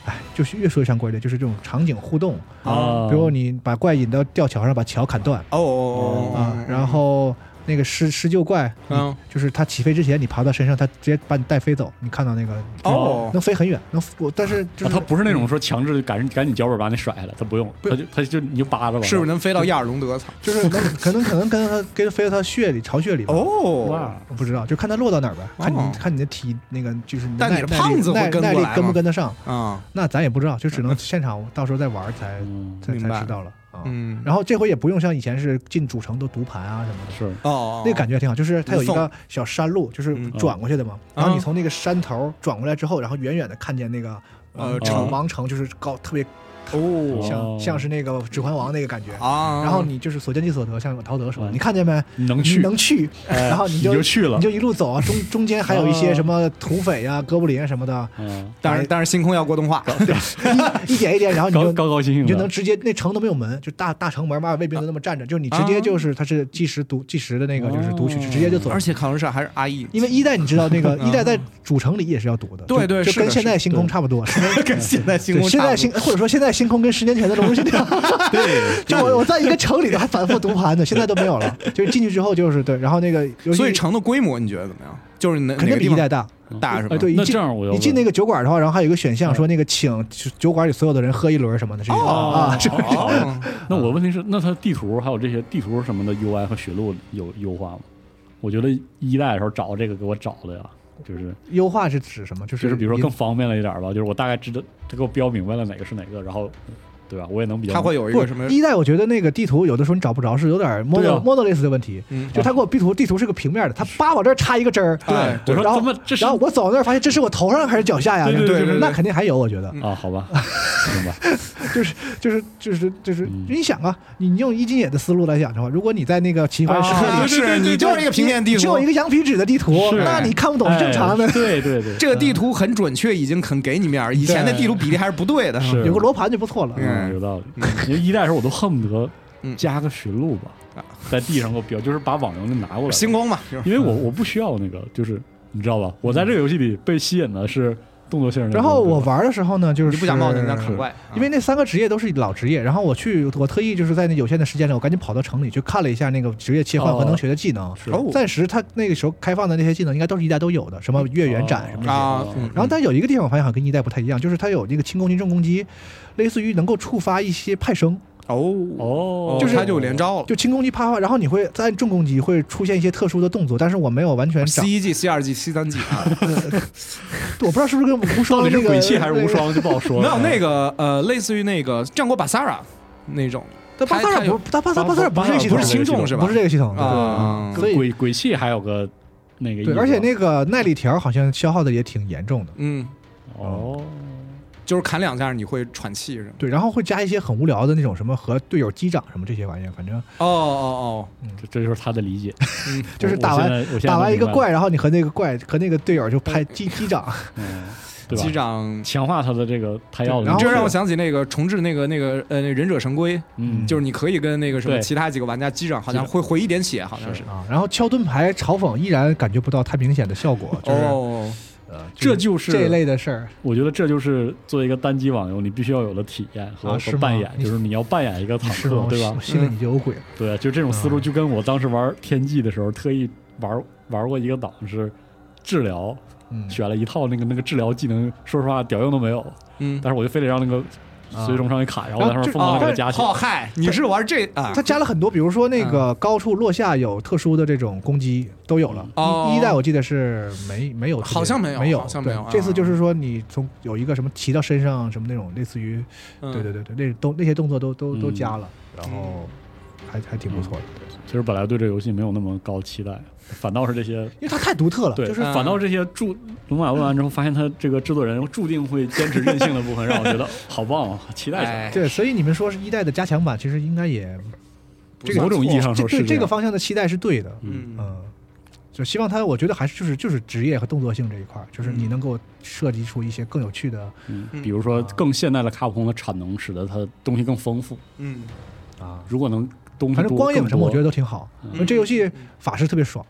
Speaker 1: 哎，就是越说越像怪猎，就是这种场景互动，
Speaker 3: 啊，
Speaker 1: 比如你把怪引到吊桥上，把桥砍断
Speaker 2: 哦哦哦
Speaker 1: 啊，然后那个施施救怪，
Speaker 2: 嗯
Speaker 1: 就是它起飞之前你爬到身上，它直接把你带飞走，你看到那个
Speaker 2: 哦
Speaker 1: 能飞很远，能我但是就
Speaker 3: 啊
Speaker 1: 是
Speaker 3: 他不是那种说强制赶赶紧脚本把你甩下来，他不用，他就他就你就扒着吧，
Speaker 2: 是不是能飞到亚尔隆德？操！
Speaker 1: 就是能可能可能跟它跟飞到它血里巢穴里吧。
Speaker 2: 哦
Speaker 3: 哇，
Speaker 1: 我不知道，就看它落到哪儿呗，看你、
Speaker 2: 哦
Speaker 1: 看你的体那个就是你的
Speaker 2: 但
Speaker 1: 耐
Speaker 2: 你是
Speaker 1: 耐力
Speaker 2: 胖子会
Speaker 1: 耐
Speaker 2: 跟
Speaker 1: 耐
Speaker 2: 过
Speaker 1: 力
Speaker 2: 来
Speaker 1: 跟
Speaker 2: 吗
Speaker 1: 不跟得上，
Speaker 2: 啊，
Speaker 1: 那咱也不知道，就只能现场到时候再玩儿才
Speaker 3: 嗯
Speaker 1: 才
Speaker 2: 明白
Speaker 1: 才知道了啊。
Speaker 2: 嗯，
Speaker 1: 然后这回也不用像以前是进主城都读盘啊什么的，
Speaker 3: 是
Speaker 2: 后哦，
Speaker 1: 那个感觉挺好，就是它有一
Speaker 2: 无缝
Speaker 1: 个小山路，就是
Speaker 2: 嗯
Speaker 1: 转过去的嘛。
Speaker 3: 哦
Speaker 2: 啊
Speaker 1: 然后你从那个山头转过来之后，然后远远的看见那个
Speaker 2: 呃
Speaker 3: 城
Speaker 1: 王城，就是高特别
Speaker 2: 哦
Speaker 3: 哦
Speaker 1: 像像是那个指环王那个感觉。
Speaker 2: 啊，
Speaker 1: 然后你就是所见即所得，像陶德说的，
Speaker 3: 嗯
Speaker 1: 你看见没？
Speaker 3: 能
Speaker 1: 你
Speaker 3: 去，
Speaker 1: 能去，
Speaker 3: 哎
Speaker 1: 然后
Speaker 3: 你
Speaker 1: 你就
Speaker 3: 去了哦
Speaker 1: 你，就一路走啊， 中中间还有一些什么土匪啊、哥布林啊什么的，
Speaker 3: 嗯，
Speaker 2: 当
Speaker 1: 哎
Speaker 2: 然当然，星空要过动画，
Speaker 1: 一 点一点，然后你
Speaker 3: 高
Speaker 1: 就
Speaker 3: 高高兴兴
Speaker 1: 你
Speaker 3: 的，
Speaker 1: 就能直接那城都没有门，就大大城门嘛，卫兵都那么站着，就你直接就是它是计时读计时的那个就是读取，
Speaker 3: 哦
Speaker 1: 直接就走
Speaker 2: 而。且卡伦社还是阿义，
Speaker 1: 因为一代你知道那 个
Speaker 2: 嗯
Speaker 1: 一代在主城里也是要读的，
Speaker 2: 对对
Speaker 1: 就是就
Speaker 2: 的
Speaker 1: 跟现在星空差不多。
Speaker 2: 跟现在 星
Speaker 1: 对
Speaker 2: 空
Speaker 1: 现
Speaker 2: 差
Speaker 1: 在
Speaker 2: 不
Speaker 1: 星
Speaker 2: 多。
Speaker 1: 或者说现在星空跟十年前的 龙是那样，
Speaker 3: 对，
Speaker 1: 就我我在一个城里头还反复读盘呢，现在都没有了。就是进去之后就是对，然后那个尤其
Speaker 2: 所以城的规模你觉得怎么样？就是哪
Speaker 1: 肯
Speaker 2: 哪
Speaker 1: 定
Speaker 2: 个
Speaker 1: 比
Speaker 2: 地
Speaker 1: 一
Speaker 2: 方
Speaker 1: 代大。
Speaker 2: 大是吧
Speaker 3: 哎？对，
Speaker 1: 一
Speaker 3: 那
Speaker 1: 进
Speaker 3: 这样我要
Speaker 1: 你进那
Speaker 3: 问
Speaker 1: 个酒馆的话，然后还有一个选项
Speaker 3: 嗯
Speaker 1: 说那个请酒馆里所有的人喝一轮什么的，这个啊，
Speaker 3: 是
Speaker 2: 哦
Speaker 3: 那我的问题是，那它地图还有这些地图什么的 UI 和血路有优化吗？我觉得一代的时候找这个给我找的呀，就是
Speaker 1: 优化是指什么？就是
Speaker 3: 就是比如说
Speaker 1: 你
Speaker 3: 更方便了一点吧，就是我大概知道他给我标明白了哪个是哪个，然后对吧？我也能比较
Speaker 2: 它会有一
Speaker 1: 不
Speaker 2: 个什么？
Speaker 1: 一代，我觉得那个地图有的时候你找不着，是有点 model、
Speaker 3: 啊
Speaker 1: model 类似的问题。
Speaker 2: 嗯
Speaker 1: 就他给我地图，地图是个平面的，他叭往这儿插一个针儿，
Speaker 2: 对
Speaker 3: 我说
Speaker 1: 然后
Speaker 3: 怎么这是
Speaker 1: 然后我走到那儿发现这是我头上还是脚下呀？
Speaker 3: 对对
Speaker 1: 就是
Speaker 2: 对对对嗯
Speaker 1: 那肯定还有，我觉得
Speaker 3: 啊？好吧，行吧，
Speaker 1: 就是就是就是就是
Speaker 3: 嗯
Speaker 1: 你想啊，你用一金野的思路来讲的话，如果你在那个奇幻世界
Speaker 2: 啊
Speaker 1: 里，
Speaker 2: 是你就是一个平面地
Speaker 1: 只有一
Speaker 2: 图，
Speaker 1: 个羊皮纸的地图，
Speaker 3: 是
Speaker 1: 那你看 不懂是正常的
Speaker 3: 哎。对对对，
Speaker 2: 这个地图很准确，已经很给你面儿。以前的地图比例还是不对的。
Speaker 3: 是
Speaker 1: 有个罗盘就不错了。
Speaker 3: 嗯有道理。因为一代的时候我都恨不得
Speaker 2: 嗯
Speaker 3: 加个寻路吧
Speaker 2: 啊，
Speaker 3: 在地上给我标，就是把网游给拿过来。
Speaker 2: 星空嘛，就是
Speaker 3: 因为我我不需要那个，就是你知道吧？我在这个游戏里被吸引的是动作性的东
Speaker 1: 嗯
Speaker 3: 西。
Speaker 1: 然后我玩的时候呢，就是
Speaker 2: 你不想冒那张砍怪，啊
Speaker 1: 因为那三个职业都是老职业，然后我去，我特意就是在那有限的时间里，我赶紧跑到城里去看了一下那个职业切换和能学的技能。
Speaker 3: 是
Speaker 2: 哦
Speaker 1: 暂时他那个时候开放的那些技能，应该都是一代都有的，什么月圆斩什么
Speaker 3: 那
Speaker 1: 的。
Speaker 2: 啊
Speaker 3: 些，
Speaker 2: 嗯
Speaker 1: 然后，但有一个地方我发现好像跟一代不太一样，就是它有那个轻攻击、重攻击，类似于能够触发一些派生，
Speaker 2: 哦，
Speaker 3: 哦，
Speaker 1: 嗯就是
Speaker 2: 他就有连招了，
Speaker 1: 就轻攻击啪啪，然后你会在重攻击会出现一些特殊的动作，但是我没有完全掌
Speaker 2: ，C，一 G、C 二 G、C 三 G 啊，
Speaker 1: 我不知道是不是跟无
Speaker 3: 到
Speaker 1: 双
Speaker 3: 底是
Speaker 1: 那个
Speaker 3: 鬼泣还是无？双就不好 说
Speaker 2: 没
Speaker 3: 了。
Speaker 2: 有那个呃，类似于那个战国巴萨拉那种
Speaker 1: 但巴萨尔不，但巴萨巴萨尔不是这个系
Speaker 2: 不
Speaker 1: 统，
Speaker 2: 是轻重是吧？
Speaker 1: 不是这个系统，对
Speaker 2: 啊，
Speaker 1: 所以
Speaker 3: 鬼鬼泣还有个那个意思
Speaker 1: 对，
Speaker 3: 吧，
Speaker 1: 而且那个耐力条好像消耗的也挺严重的。
Speaker 2: 嗯，
Speaker 3: 哦，
Speaker 2: 就是砍两下你会喘气是吗？
Speaker 1: 对，然后会加一些很无聊的那种什么和队友击掌什么这些玩意儿，反正
Speaker 2: 哦哦
Speaker 3: 这这就是他的理解，
Speaker 2: 哦，嗯，
Speaker 1: 就是打完
Speaker 3: 我现在我现在
Speaker 1: 打完一个
Speaker 3: 明白了，
Speaker 1: 怪，然后你和那个怪和那个队友就拍击击掌，
Speaker 3: 嗯，对吧
Speaker 2: 机？长。
Speaker 3: 强化他的这个他要的，
Speaker 1: 然后
Speaker 2: 这
Speaker 1: 是
Speaker 2: 让我想起那个重置那个那个呃那忍者神龟，
Speaker 3: 嗯，
Speaker 2: 就是你可以跟那个什么
Speaker 3: 对
Speaker 2: 其他几个玩家击掌，好像
Speaker 3: 击
Speaker 2: 会回一点血，好像是。
Speaker 1: 啊，然后敲盾牌嘲讽依然感觉不到太明显的效果，就是、
Speaker 2: 哦，
Speaker 1: 呃，就
Speaker 3: 这
Speaker 1: 是
Speaker 3: 就是
Speaker 1: 这一类的事儿。
Speaker 3: 我觉得这就是作为一个单机网游，你必须要有的体验和,、
Speaker 1: 啊是
Speaker 3: 和
Speaker 1: 吗
Speaker 3: 扮演，就是你要扮演一个坦
Speaker 1: 是吗
Speaker 3: 克，？对
Speaker 1: 我
Speaker 3: 吧？
Speaker 1: 心里你就有鬼了。
Speaker 3: 对，啊就这种思路，
Speaker 1: 嗯
Speaker 3: 就跟我当时玩天际的时候，特意玩玩过一个档是治疗，
Speaker 1: 嗯，
Speaker 3: 选了一套那个那个治疗技能，说实话屌用都没有，
Speaker 2: 嗯，
Speaker 3: 但是我就非得让那个
Speaker 1: 啊
Speaker 3: 随从上去砍，然后
Speaker 1: 然后
Speaker 3: 在上面
Speaker 1: 这
Speaker 3: 疯狂的给它
Speaker 1: 哦
Speaker 3: 加血。
Speaker 2: 哦嗨，你是玩这啊？
Speaker 1: 它加了很多，比如说那个高处落下有特殊的这种攻击都有了。
Speaker 2: 哦
Speaker 1: 一一代我记得是没没有这些，
Speaker 2: 好像没有
Speaker 1: 没有，
Speaker 2: 好像
Speaker 1: 对
Speaker 2: 没有啊
Speaker 1: 这次就是说你从有一个什么骑到身上什么那种类似于
Speaker 2: 嗯
Speaker 1: 对对对对，那动那些动作都都都
Speaker 3: 嗯
Speaker 1: 加了，然后还还挺不错的，对
Speaker 3: 其实本来对这游戏没有那么高期待，反倒是这些
Speaker 1: 因为它太独特了，
Speaker 3: 对，
Speaker 1: 就是
Speaker 3: 反倒这些注龙马问完之后，发现他这个制作人注定会坚持任性的部分，让我觉 得好棒啊，期待起来。
Speaker 2: 哎，
Speaker 1: 对，所以你们说是一代的加强版，其实应该也
Speaker 2: 不
Speaker 1: 这个
Speaker 3: 某种意义上
Speaker 1: 这
Speaker 3: 说是
Speaker 1: 对这
Speaker 3: 样
Speaker 1: 个方向的期待是对的，
Speaker 2: 嗯
Speaker 1: 嗯，就希望他，我觉得还是就是就是职业和动作性这一块儿，就是你能给我设计出一些更有趣的
Speaker 3: 嗯
Speaker 2: 嗯
Speaker 3: 比如说更现代的卡普空的产能，使得它东西更丰富。
Speaker 2: 嗯，
Speaker 1: 啊，
Speaker 3: 如果能东西
Speaker 1: 反
Speaker 3: 多，
Speaker 1: 正光影什么我觉得都挺好。
Speaker 3: 嗯
Speaker 1: 因为这游戏法师特别爽，
Speaker 2: 嗯
Speaker 3: 更多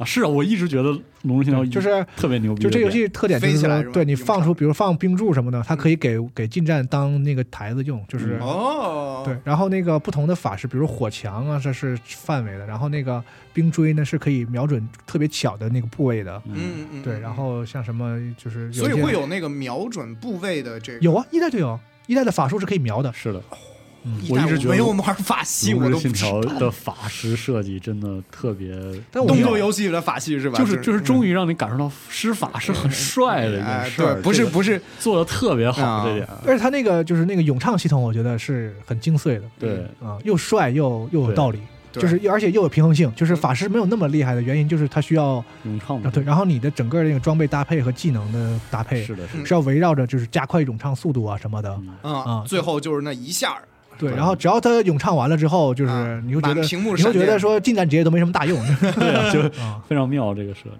Speaker 3: 啊，是啊，我一直觉得《龙之信条一》
Speaker 1: 就是
Speaker 3: 特别牛逼
Speaker 1: 就
Speaker 3: 的
Speaker 1: 这
Speaker 3: 点，
Speaker 1: 游戏特点就是
Speaker 2: 飞起来
Speaker 1: 说
Speaker 2: 是，吧
Speaker 1: 对你
Speaker 2: 用
Speaker 1: 放出
Speaker 2: 上
Speaker 1: 比如放冰柱什么的，它可以给给近战当那个台子用，就是
Speaker 3: 嗯
Speaker 2: 哦，
Speaker 1: 对，然后那个不同的法师，比如火墙啊，这是范围的，然后那个冰锥呢是可以瞄准特别巧的那个部位的，
Speaker 3: 嗯，
Speaker 2: 嗯，嗯嗯，
Speaker 1: 对，然后像什么就是有
Speaker 2: 所以
Speaker 1: 一些
Speaker 2: 会有那个瞄准部位的这个。
Speaker 1: 有啊，一代就有，一代的法术是可以瞄的，
Speaker 3: 是的，
Speaker 2: 一
Speaker 3: 我
Speaker 2: 代
Speaker 3: 一直觉得
Speaker 2: 没有玩法系，
Speaker 3: 龙
Speaker 2: 我
Speaker 3: 之
Speaker 2: 都不
Speaker 3: 信
Speaker 2: 知
Speaker 3: 条
Speaker 2: 道》
Speaker 3: 的法师设计真的特别，
Speaker 1: 但我
Speaker 2: 动
Speaker 1: 有
Speaker 2: 作游戏里的法系是吧？
Speaker 3: 就是就是是
Speaker 1: 嗯
Speaker 3: 终于让你感受到施法是很帅的一件
Speaker 2: 哎，
Speaker 3: 事儿，
Speaker 2: 对，不是
Speaker 3: 这个
Speaker 2: 不是，
Speaker 3: 做的特别好
Speaker 2: 啊
Speaker 3: 这点，
Speaker 1: 而且它那个就是那个咏唱系统，我觉得是很精髓的
Speaker 3: 对，
Speaker 1: 啊、又帅又又有
Speaker 3: 对
Speaker 1: 道理。
Speaker 2: 对
Speaker 1: 就是而且又有平衡性，就是法师没有那么厉害的原因，就是他需要
Speaker 3: 咏唱
Speaker 1: 啊
Speaker 2: 嗯
Speaker 3: 嘛，
Speaker 1: 对，然后你的整个那个装备搭配和技能的搭配
Speaker 3: 是的，是的，
Speaker 1: 是要围绕着就是加快咏唱速度啊什么的，
Speaker 3: 嗯
Speaker 2: 嗯
Speaker 1: 啊，
Speaker 2: 最后就是那一下儿，
Speaker 1: 对，
Speaker 3: 对
Speaker 1: 然后只要他咏唱完了之后，就是
Speaker 2: 啊
Speaker 1: 你会觉得，
Speaker 2: 满屏幕
Speaker 1: 你会
Speaker 2: 闪
Speaker 1: 觉
Speaker 2: 电
Speaker 1: 得说近战职业都没什么大用。
Speaker 3: 对啊，就
Speaker 1: 啊，
Speaker 3: 非常妙这个设计。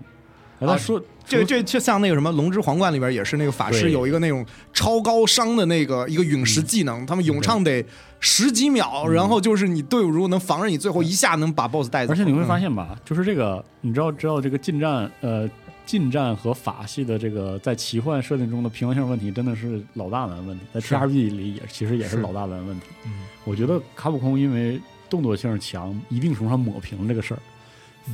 Speaker 3: 哎，他
Speaker 2: 啊
Speaker 3: 说
Speaker 2: 这这就像那个什么《龙之皇冠》里边也是那个法师
Speaker 3: 对
Speaker 2: 有一个那种超高伤的那个一个陨石技
Speaker 1: 嗯
Speaker 2: 能，他们咏唱得十几秒，然后就是你队伍如果能防着你，最后一下能把 BOSS 带走。嗯
Speaker 3: 而且你
Speaker 1: 嗯
Speaker 3: 会发现吧，就是这个，你知道知道这个近战呃近战和法系的这个在奇幻设定中的平衡性问题，真的是老大难问题，在
Speaker 1: 是
Speaker 3: T R P 里也其实也是
Speaker 1: 是
Speaker 3: 老大难问题。
Speaker 1: 嗯，
Speaker 3: 我觉得卡普空因为动作性强，一定程度上抹平这个事儿。
Speaker 1: 嗯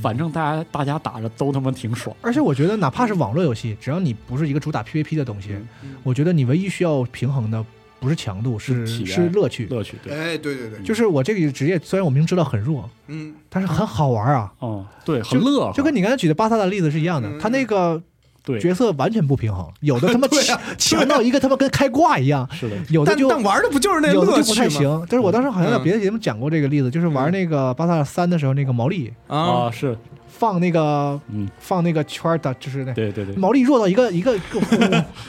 Speaker 3: 反正大家大家打着都他妈挺爽，
Speaker 1: 而且我觉得哪怕是网络游戏，只要你不是一个主打 PVP 的东西，
Speaker 3: 嗯
Speaker 2: 嗯
Speaker 1: 我觉得你唯一需要平衡的不是强度，是
Speaker 3: 是体验
Speaker 1: 是乐趣。
Speaker 3: 乐趣对，
Speaker 2: 哎，对对对，
Speaker 1: 就是我这个职业，虽然我明知道很弱，
Speaker 2: 嗯，
Speaker 1: 但是很好玩啊，
Speaker 3: 嗯对，很乐呵，
Speaker 1: 就跟你刚才举的巴萨的例子是一样的。
Speaker 2: 嗯
Speaker 1: 他那个
Speaker 3: 对
Speaker 1: 角色完全不平衡，有的他妈
Speaker 2: 对
Speaker 1: 强
Speaker 2: 啊
Speaker 1: 强到一个他妈跟开挂一样，
Speaker 3: 是的，
Speaker 1: 有的
Speaker 2: 但
Speaker 1: 就
Speaker 2: 但玩的不就是那
Speaker 1: 有的
Speaker 2: 乐
Speaker 1: 就不
Speaker 2: 趣
Speaker 1: 太
Speaker 2: 吗？
Speaker 1: 行。但是我当时好像在
Speaker 2: 嗯
Speaker 1: 别的节目讲过这个例子，就是玩
Speaker 2: 嗯
Speaker 1: 那个巴萨三的时候，那个毛利
Speaker 3: 啊是，
Speaker 1: 放那个
Speaker 3: 嗯
Speaker 1: 放那个圈儿的，就是那
Speaker 3: 对对对，
Speaker 1: 毛利弱到一个一个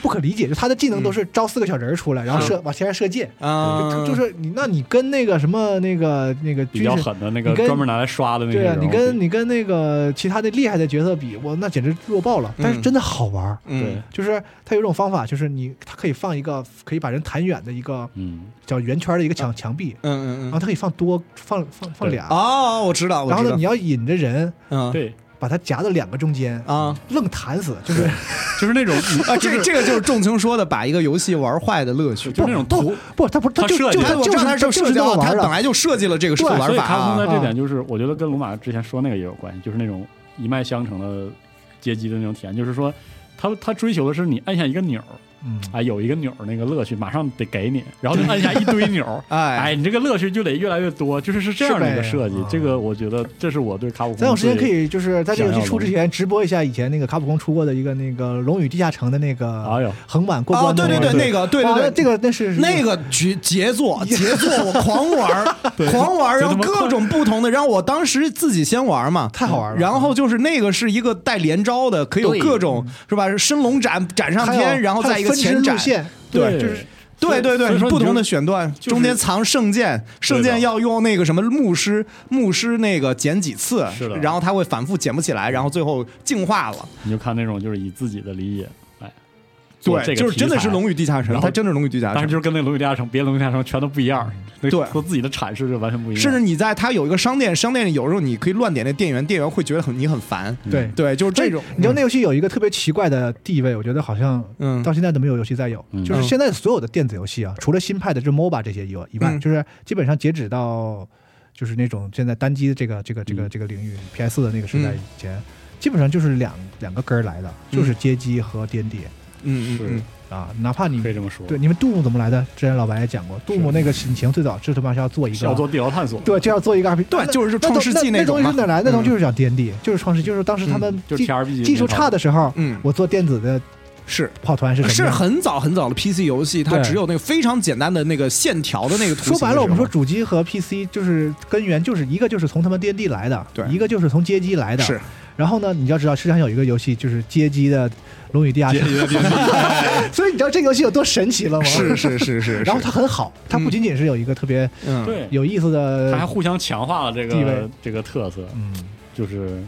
Speaker 1: 不 可理解，就他的技能都是招四个小人儿出来，然后
Speaker 2: 嗯是
Speaker 1: 射往前面射箭，
Speaker 2: 啊，
Speaker 1: 就就是你那你跟那个什么那个那个
Speaker 3: 比
Speaker 1: 军
Speaker 3: 较
Speaker 1: 事。
Speaker 3: 狠的那个
Speaker 1: 你跟
Speaker 3: 专门拿来刷的那些
Speaker 1: 对啊，
Speaker 3: 人，
Speaker 1: 你跟你跟那个其他的厉害的角色比，我那简直弱爆了。但是
Speaker 2: 嗯
Speaker 1: 真的好玩儿，
Speaker 3: 对
Speaker 2: 嗯，
Speaker 1: 就是它有一种方法，就是你它可以放一个可以把人弹远的一个
Speaker 3: 嗯
Speaker 1: 叫圆圈的一个墙墙壁，
Speaker 2: 嗯嗯
Speaker 1: 然后
Speaker 2: 嗯，
Speaker 1: 它可以放多放放放
Speaker 3: 对
Speaker 1: 俩，
Speaker 2: 哦，我知道，我
Speaker 1: 啊然后
Speaker 2: 知
Speaker 1: 呢
Speaker 2: 道
Speaker 1: 你，要引着人
Speaker 2: 嗯
Speaker 3: 对，
Speaker 1: 把它夹到两个中间，
Speaker 2: 啊。
Speaker 1: 愣弹死，就是
Speaker 3: 就 是那种
Speaker 2: 啊，这这个就是重情说的把一个游戏玩坏的乐趣，
Speaker 3: 就那种
Speaker 1: 不
Speaker 3: 图
Speaker 1: 不，他不是，他
Speaker 3: 他
Speaker 1: 就
Speaker 3: 设
Speaker 1: 就
Speaker 3: 计
Speaker 1: 他
Speaker 3: 的
Speaker 2: 我知
Speaker 1: 就
Speaker 2: 道
Speaker 1: 是
Speaker 2: 他
Speaker 1: 他
Speaker 2: 是有
Speaker 1: 就
Speaker 2: 社
Speaker 1: 是这么
Speaker 2: 交，他
Speaker 1: 玩
Speaker 2: 本
Speaker 1: 的。
Speaker 2: 来就设计了这个
Speaker 1: 对
Speaker 2: 玩
Speaker 3: 所以
Speaker 2: 法
Speaker 3: 卡普空
Speaker 2: 啊。，
Speaker 3: 在这
Speaker 1: 啊
Speaker 3: 点就是，我觉得跟龙马之前说那个也有关系，就是那种一脉相承的阶级的那种体验，就是说。他他追求的是你按下一个钮儿，
Speaker 1: 嗯，
Speaker 3: 哎，有一个钮儿那个乐趣，马上得给你，然后就按下一堆钮儿
Speaker 2: 哎
Speaker 3: 哎，你这个乐趣就得越来越多，就是是这样的一个
Speaker 1: 是呗
Speaker 3: 设计
Speaker 1: 啊。
Speaker 3: 这个我觉得这是我对卡普空
Speaker 1: 咱有时间可
Speaker 3: 最
Speaker 1: 以就是在这个游戏出之前直播一下以前那个卡普空出过的一个那个《龙与地下城》的那
Speaker 3: 哎
Speaker 1: 个
Speaker 3: 呦，
Speaker 1: 横版过关的
Speaker 2: 哦，对对
Speaker 1: 个
Speaker 2: 对，那个对
Speaker 1: 哇那
Speaker 2: 对对，
Speaker 1: 这个那是
Speaker 2: 那个杰杰 作，杰作，我狂玩儿，狂玩儿，
Speaker 3: 就
Speaker 2: 然
Speaker 3: 他
Speaker 2: 后
Speaker 3: 妈
Speaker 2: 各种不同的，然后我当时自己先玩嘛，
Speaker 1: 太好玩了
Speaker 2: 然后就是那个是一个带连招的，可以有
Speaker 3: 对
Speaker 2: 各种是吧？升龙斩斩上
Speaker 1: 还有
Speaker 2: 天，然后
Speaker 1: 还有
Speaker 2: 再一个
Speaker 1: 分支
Speaker 2: 前斩
Speaker 1: 路，线，
Speaker 3: 对
Speaker 1: 就是
Speaker 2: 对对
Speaker 3: 所
Speaker 2: 对
Speaker 3: 以，说你
Speaker 2: 不同
Speaker 3: 就
Speaker 2: 的选段，
Speaker 3: 就是
Speaker 2: 中间藏圣剑，圣剑要用那个什么牧师，牧师那个捡几次
Speaker 3: 是的，
Speaker 2: 然后它会反复捡不起来，然后最后净化了。
Speaker 3: 你就看那种就是以自己的理解，哎，做
Speaker 2: 对，
Speaker 3: 这个
Speaker 2: 就是真的是
Speaker 3: 题材
Speaker 2: 《龙与地下城
Speaker 3: 然》，后
Speaker 2: 它真的是《龙与
Speaker 1: 啊
Speaker 2: 地下
Speaker 3: 但
Speaker 2: 城
Speaker 3: 是》。就是跟那《龙与地下城》别的《龙与地下城》全都不一样，那
Speaker 2: 对
Speaker 3: 和自己的阐释就完全不一样。嗯
Speaker 2: 甚至你在它有一个商店，商店里有时候你可以乱点那店员，店员会觉得很你很烦。
Speaker 1: 对
Speaker 2: 对，就是这种
Speaker 1: 所以。你知道那游戏有一个特别奇怪的地位，我觉得好像
Speaker 2: 嗯
Speaker 1: 到现在都没有游戏再有。
Speaker 3: 嗯
Speaker 1: 就是现在所有的电子游戏啊，除了新派的这 MOBA 这些以外，以外
Speaker 2: 嗯
Speaker 1: 就是基本上截止到就是那种现在单机的这个这个这个
Speaker 3: 嗯
Speaker 1: 这个领域，PS 的那个时代
Speaker 2: 嗯
Speaker 1: 以前，基本上就是两两个根儿来的，
Speaker 2: 嗯
Speaker 1: 就是街机和 DND
Speaker 2: 嗯嗯
Speaker 3: 是
Speaker 2: 嗯，
Speaker 1: 啊，哪怕你
Speaker 3: 可以这么说，
Speaker 1: 对，你们杜牧怎么来的？之前老白也讲过，杜牧
Speaker 3: 是
Speaker 1: 那个引擎最早是他妈是要做一
Speaker 3: 是要
Speaker 1: 个。
Speaker 3: 做地牢探索，
Speaker 1: 对，就要做一个 RPG，
Speaker 2: 对就是
Speaker 1: 那
Speaker 2: 创世纪
Speaker 1: 那
Speaker 2: 那种
Speaker 1: 东西
Speaker 2: 嘛
Speaker 1: 是哪来？那东西
Speaker 2: 嗯
Speaker 1: 就是讲 DND，就是创世，就是当时他们
Speaker 3: 就是
Speaker 1: 技
Speaker 3: T R P
Speaker 1: 技术差的时候，
Speaker 2: 嗯
Speaker 1: 我做电子的
Speaker 2: 是
Speaker 1: 跑团是什么
Speaker 2: 是
Speaker 1: 样
Speaker 2: 很早很早的 PC 游戏，它
Speaker 1: 对
Speaker 2: 只有那个非常简单的那个线条的那个图形
Speaker 1: 说
Speaker 2: 的时候。
Speaker 1: 白了，我们说主机和 PC 就是根源，就是一个就是从他们 D N D 来的，
Speaker 2: 对
Speaker 1: 一个就是从街机来的。
Speaker 2: 是。
Speaker 1: 然后呢，你要知道，世界上有一个游戏就是街机的《龙与地下城》， 所以你知道这个游戏有多神奇了吗？
Speaker 2: 是。是是 是，
Speaker 1: 然后
Speaker 2: 是
Speaker 1: 它很好，它不仅仅是有一个特别
Speaker 2: 嗯
Speaker 3: 对，
Speaker 1: 有意思
Speaker 3: 他还
Speaker 1: 的，
Speaker 3: 互相强化了这
Speaker 1: 地
Speaker 3: 个
Speaker 1: 位
Speaker 3: 这个特色，
Speaker 1: 嗯，
Speaker 3: 就是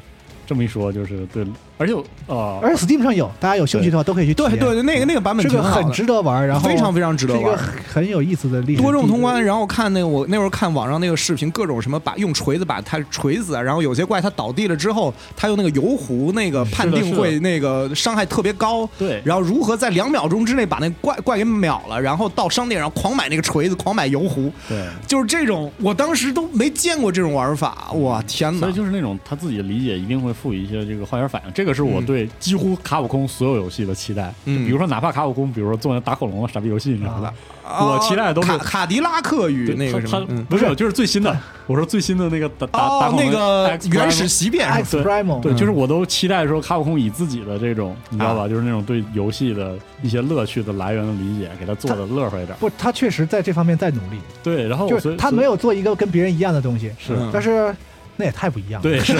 Speaker 3: 这么一说，就是对，而且啊、
Speaker 1: 而 Steam 上有，大家有兴趣的话都可以去体
Speaker 2: 对
Speaker 1: 验。
Speaker 2: 对对，那个那个版本
Speaker 1: 这
Speaker 2: 挺
Speaker 1: 个
Speaker 2: 好
Speaker 1: 很
Speaker 2: 的，
Speaker 1: 值得玩，然后
Speaker 2: 非常非常值得
Speaker 1: 是一个
Speaker 2: 玩。
Speaker 1: 很很有意思的历史
Speaker 2: 多种通
Speaker 1: 地
Speaker 2: 关，然后看那个我那会儿看网上那个视频，各种什么把用锤子把它锤死啊，然后有些怪它倒地了之后，它用那个油壶那个判
Speaker 3: 是
Speaker 2: 定
Speaker 3: 的
Speaker 2: 会那个伤害特别高，
Speaker 3: 对，
Speaker 2: 然后如何在两秒钟之内把那怪怪给秒了，然后到商店然后狂买那个锤子，狂买油壶，
Speaker 3: 对，
Speaker 2: 就是这种，我当时都没见过这种玩法，哇
Speaker 1: 嗯
Speaker 2: 天
Speaker 3: 所
Speaker 2: 哪
Speaker 3: 以！就是那种他自己的理解一定会赋予一些这个化学反应，这个是我
Speaker 2: 嗯
Speaker 3: 对几乎卡普空所有游戏的期待。
Speaker 2: 嗯
Speaker 3: 比如说哪怕卡普空，比如说做那打恐龙啊傻逼游戏，你知道吧
Speaker 1: 啊？
Speaker 3: 我期待的都是
Speaker 2: 卡卡迪拉克与
Speaker 3: 对
Speaker 2: 那
Speaker 3: 他
Speaker 2: 个什
Speaker 3: 他
Speaker 2: 么，嗯
Speaker 3: 不是就是最新的，我说最新的那个打打打
Speaker 2: 哦，
Speaker 3: 恐龙
Speaker 2: 那个
Speaker 3: X
Speaker 2: 原始
Speaker 3: Prime
Speaker 2: 奇变是
Speaker 1: X
Speaker 2: 吧
Speaker 1: Primal，
Speaker 3: 对，
Speaker 1: 嗯啊
Speaker 3: 就是我都期待说卡普空以自己的这种，你知道吧，就是那种对游戏的一些乐趣的来源的理解，给他做的乐呵一点。
Speaker 1: 不，他确实在这方面在努力，
Speaker 3: 对，
Speaker 2: 哦
Speaker 3: 然后
Speaker 1: 就
Speaker 3: 所
Speaker 1: 是
Speaker 3: 以
Speaker 1: 他没有做一个跟别人一样的东西，
Speaker 3: 是
Speaker 2: 嗯
Speaker 1: 但是那也太不一样了。
Speaker 3: 对是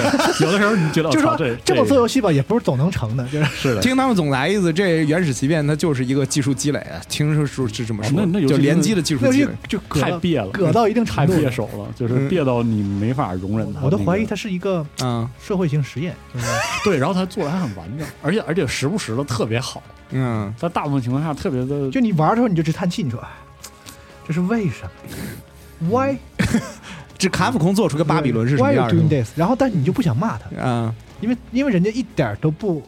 Speaker 3: 有的时候你觉得
Speaker 1: 就是说
Speaker 3: 我操这
Speaker 1: 这么做游戏吧，也不是总能成的，就是
Speaker 3: 是的。
Speaker 2: 听他们总来一次，这原始奇变它就是一个技术积累，啊听说是是这么说，
Speaker 3: 哦那那游
Speaker 2: 就
Speaker 3: 戏真的
Speaker 2: 联机的技术
Speaker 1: 那
Speaker 2: 积
Speaker 1: 就
Speaker 2: 累。
Speaker 1: 就搁
Speaker 3: 太
Speaker 1: 到
Speaker 3: 憋了，
Speaker 1: 搁到一定
Speaker 3: 太
Speaker 1: 程度，
Speaker 3: 憋手了，就是憋到你没法容忍它。
Speaker 1: 我都
Speaker 3: 那个
Speaker 1: 怀疑它是一个
Speaker 2: 嗯
Speaker 1: 社会性实验。就是
Speaker 3: 对，然后他做的还很完整，而且而且时不时的特别好，
Speaker 2: 嗯，
Speaker 3: 在大部分情况下特别的
Speaker 1: 就你玩的时候，你就直叹气，你说哎这是为什么？Why
Speaker 2: 这卡普空做出个巴比伦是什么
Speaker 1: Why you
Speaker 2: 样的
Speaker 1: doing this？然后，但你就不想骂他，
Speaker 2: 啊
Speaker 1: 因为因为人家一点儿都不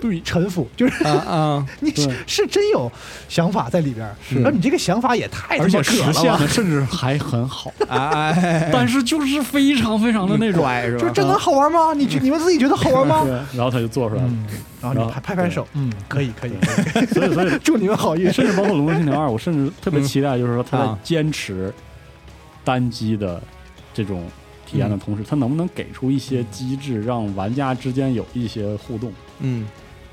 Speaker 3: 对
Speaker 1: 臣服，就是
Speaker 2: 啊啊！
Speaker 1: 你
Speaker 3: 对
Speaker 1: 是是真有想法在里边儿，
Speaker 2: 是
Speaker 1: 然后你这个想法也太他
Speaker 3: 而且
Speaker 1: 妈可
Speaker 3: 实
Speaker 1: 了
Speaker 3: 现
Speaker 1: 吧，
Speaker 3: 的甚 至还很 好，
Speaker 2: 哎，
Speaker 3: 但是就是非常非常的那种，
Speaker 2: 怪是
Speaker 1: 就是
Speaker 2: 吧？
Speaker 1: 真的好玩吗？你觉你们自己觉得好玩吗
Speaker 3: 对？，然后他就做出来了。
Speaker 1: 嗯，然后
Speaker 3: 然
Speaker 1: 你
Speaker 3: 后
Speaker 1: 拍拍拍手，嗯，可以可以，可以
Speaker 3: 所以所以
Speaker 1: 祝你们好运。
Speaker 3: 甚至包括《龙珠星球二》，我甚至
Speaker 1: 嗯
Speaker 3: 特别期待，就是说他在
Speaker 2: 啊
Speaker 3: 坚持单机的这种体验的同
Speaker 1: 嗯
Speaker 3: 时，他能不能给出一些机制，让玩家之间有一些互动？
Speaker 2: 嗯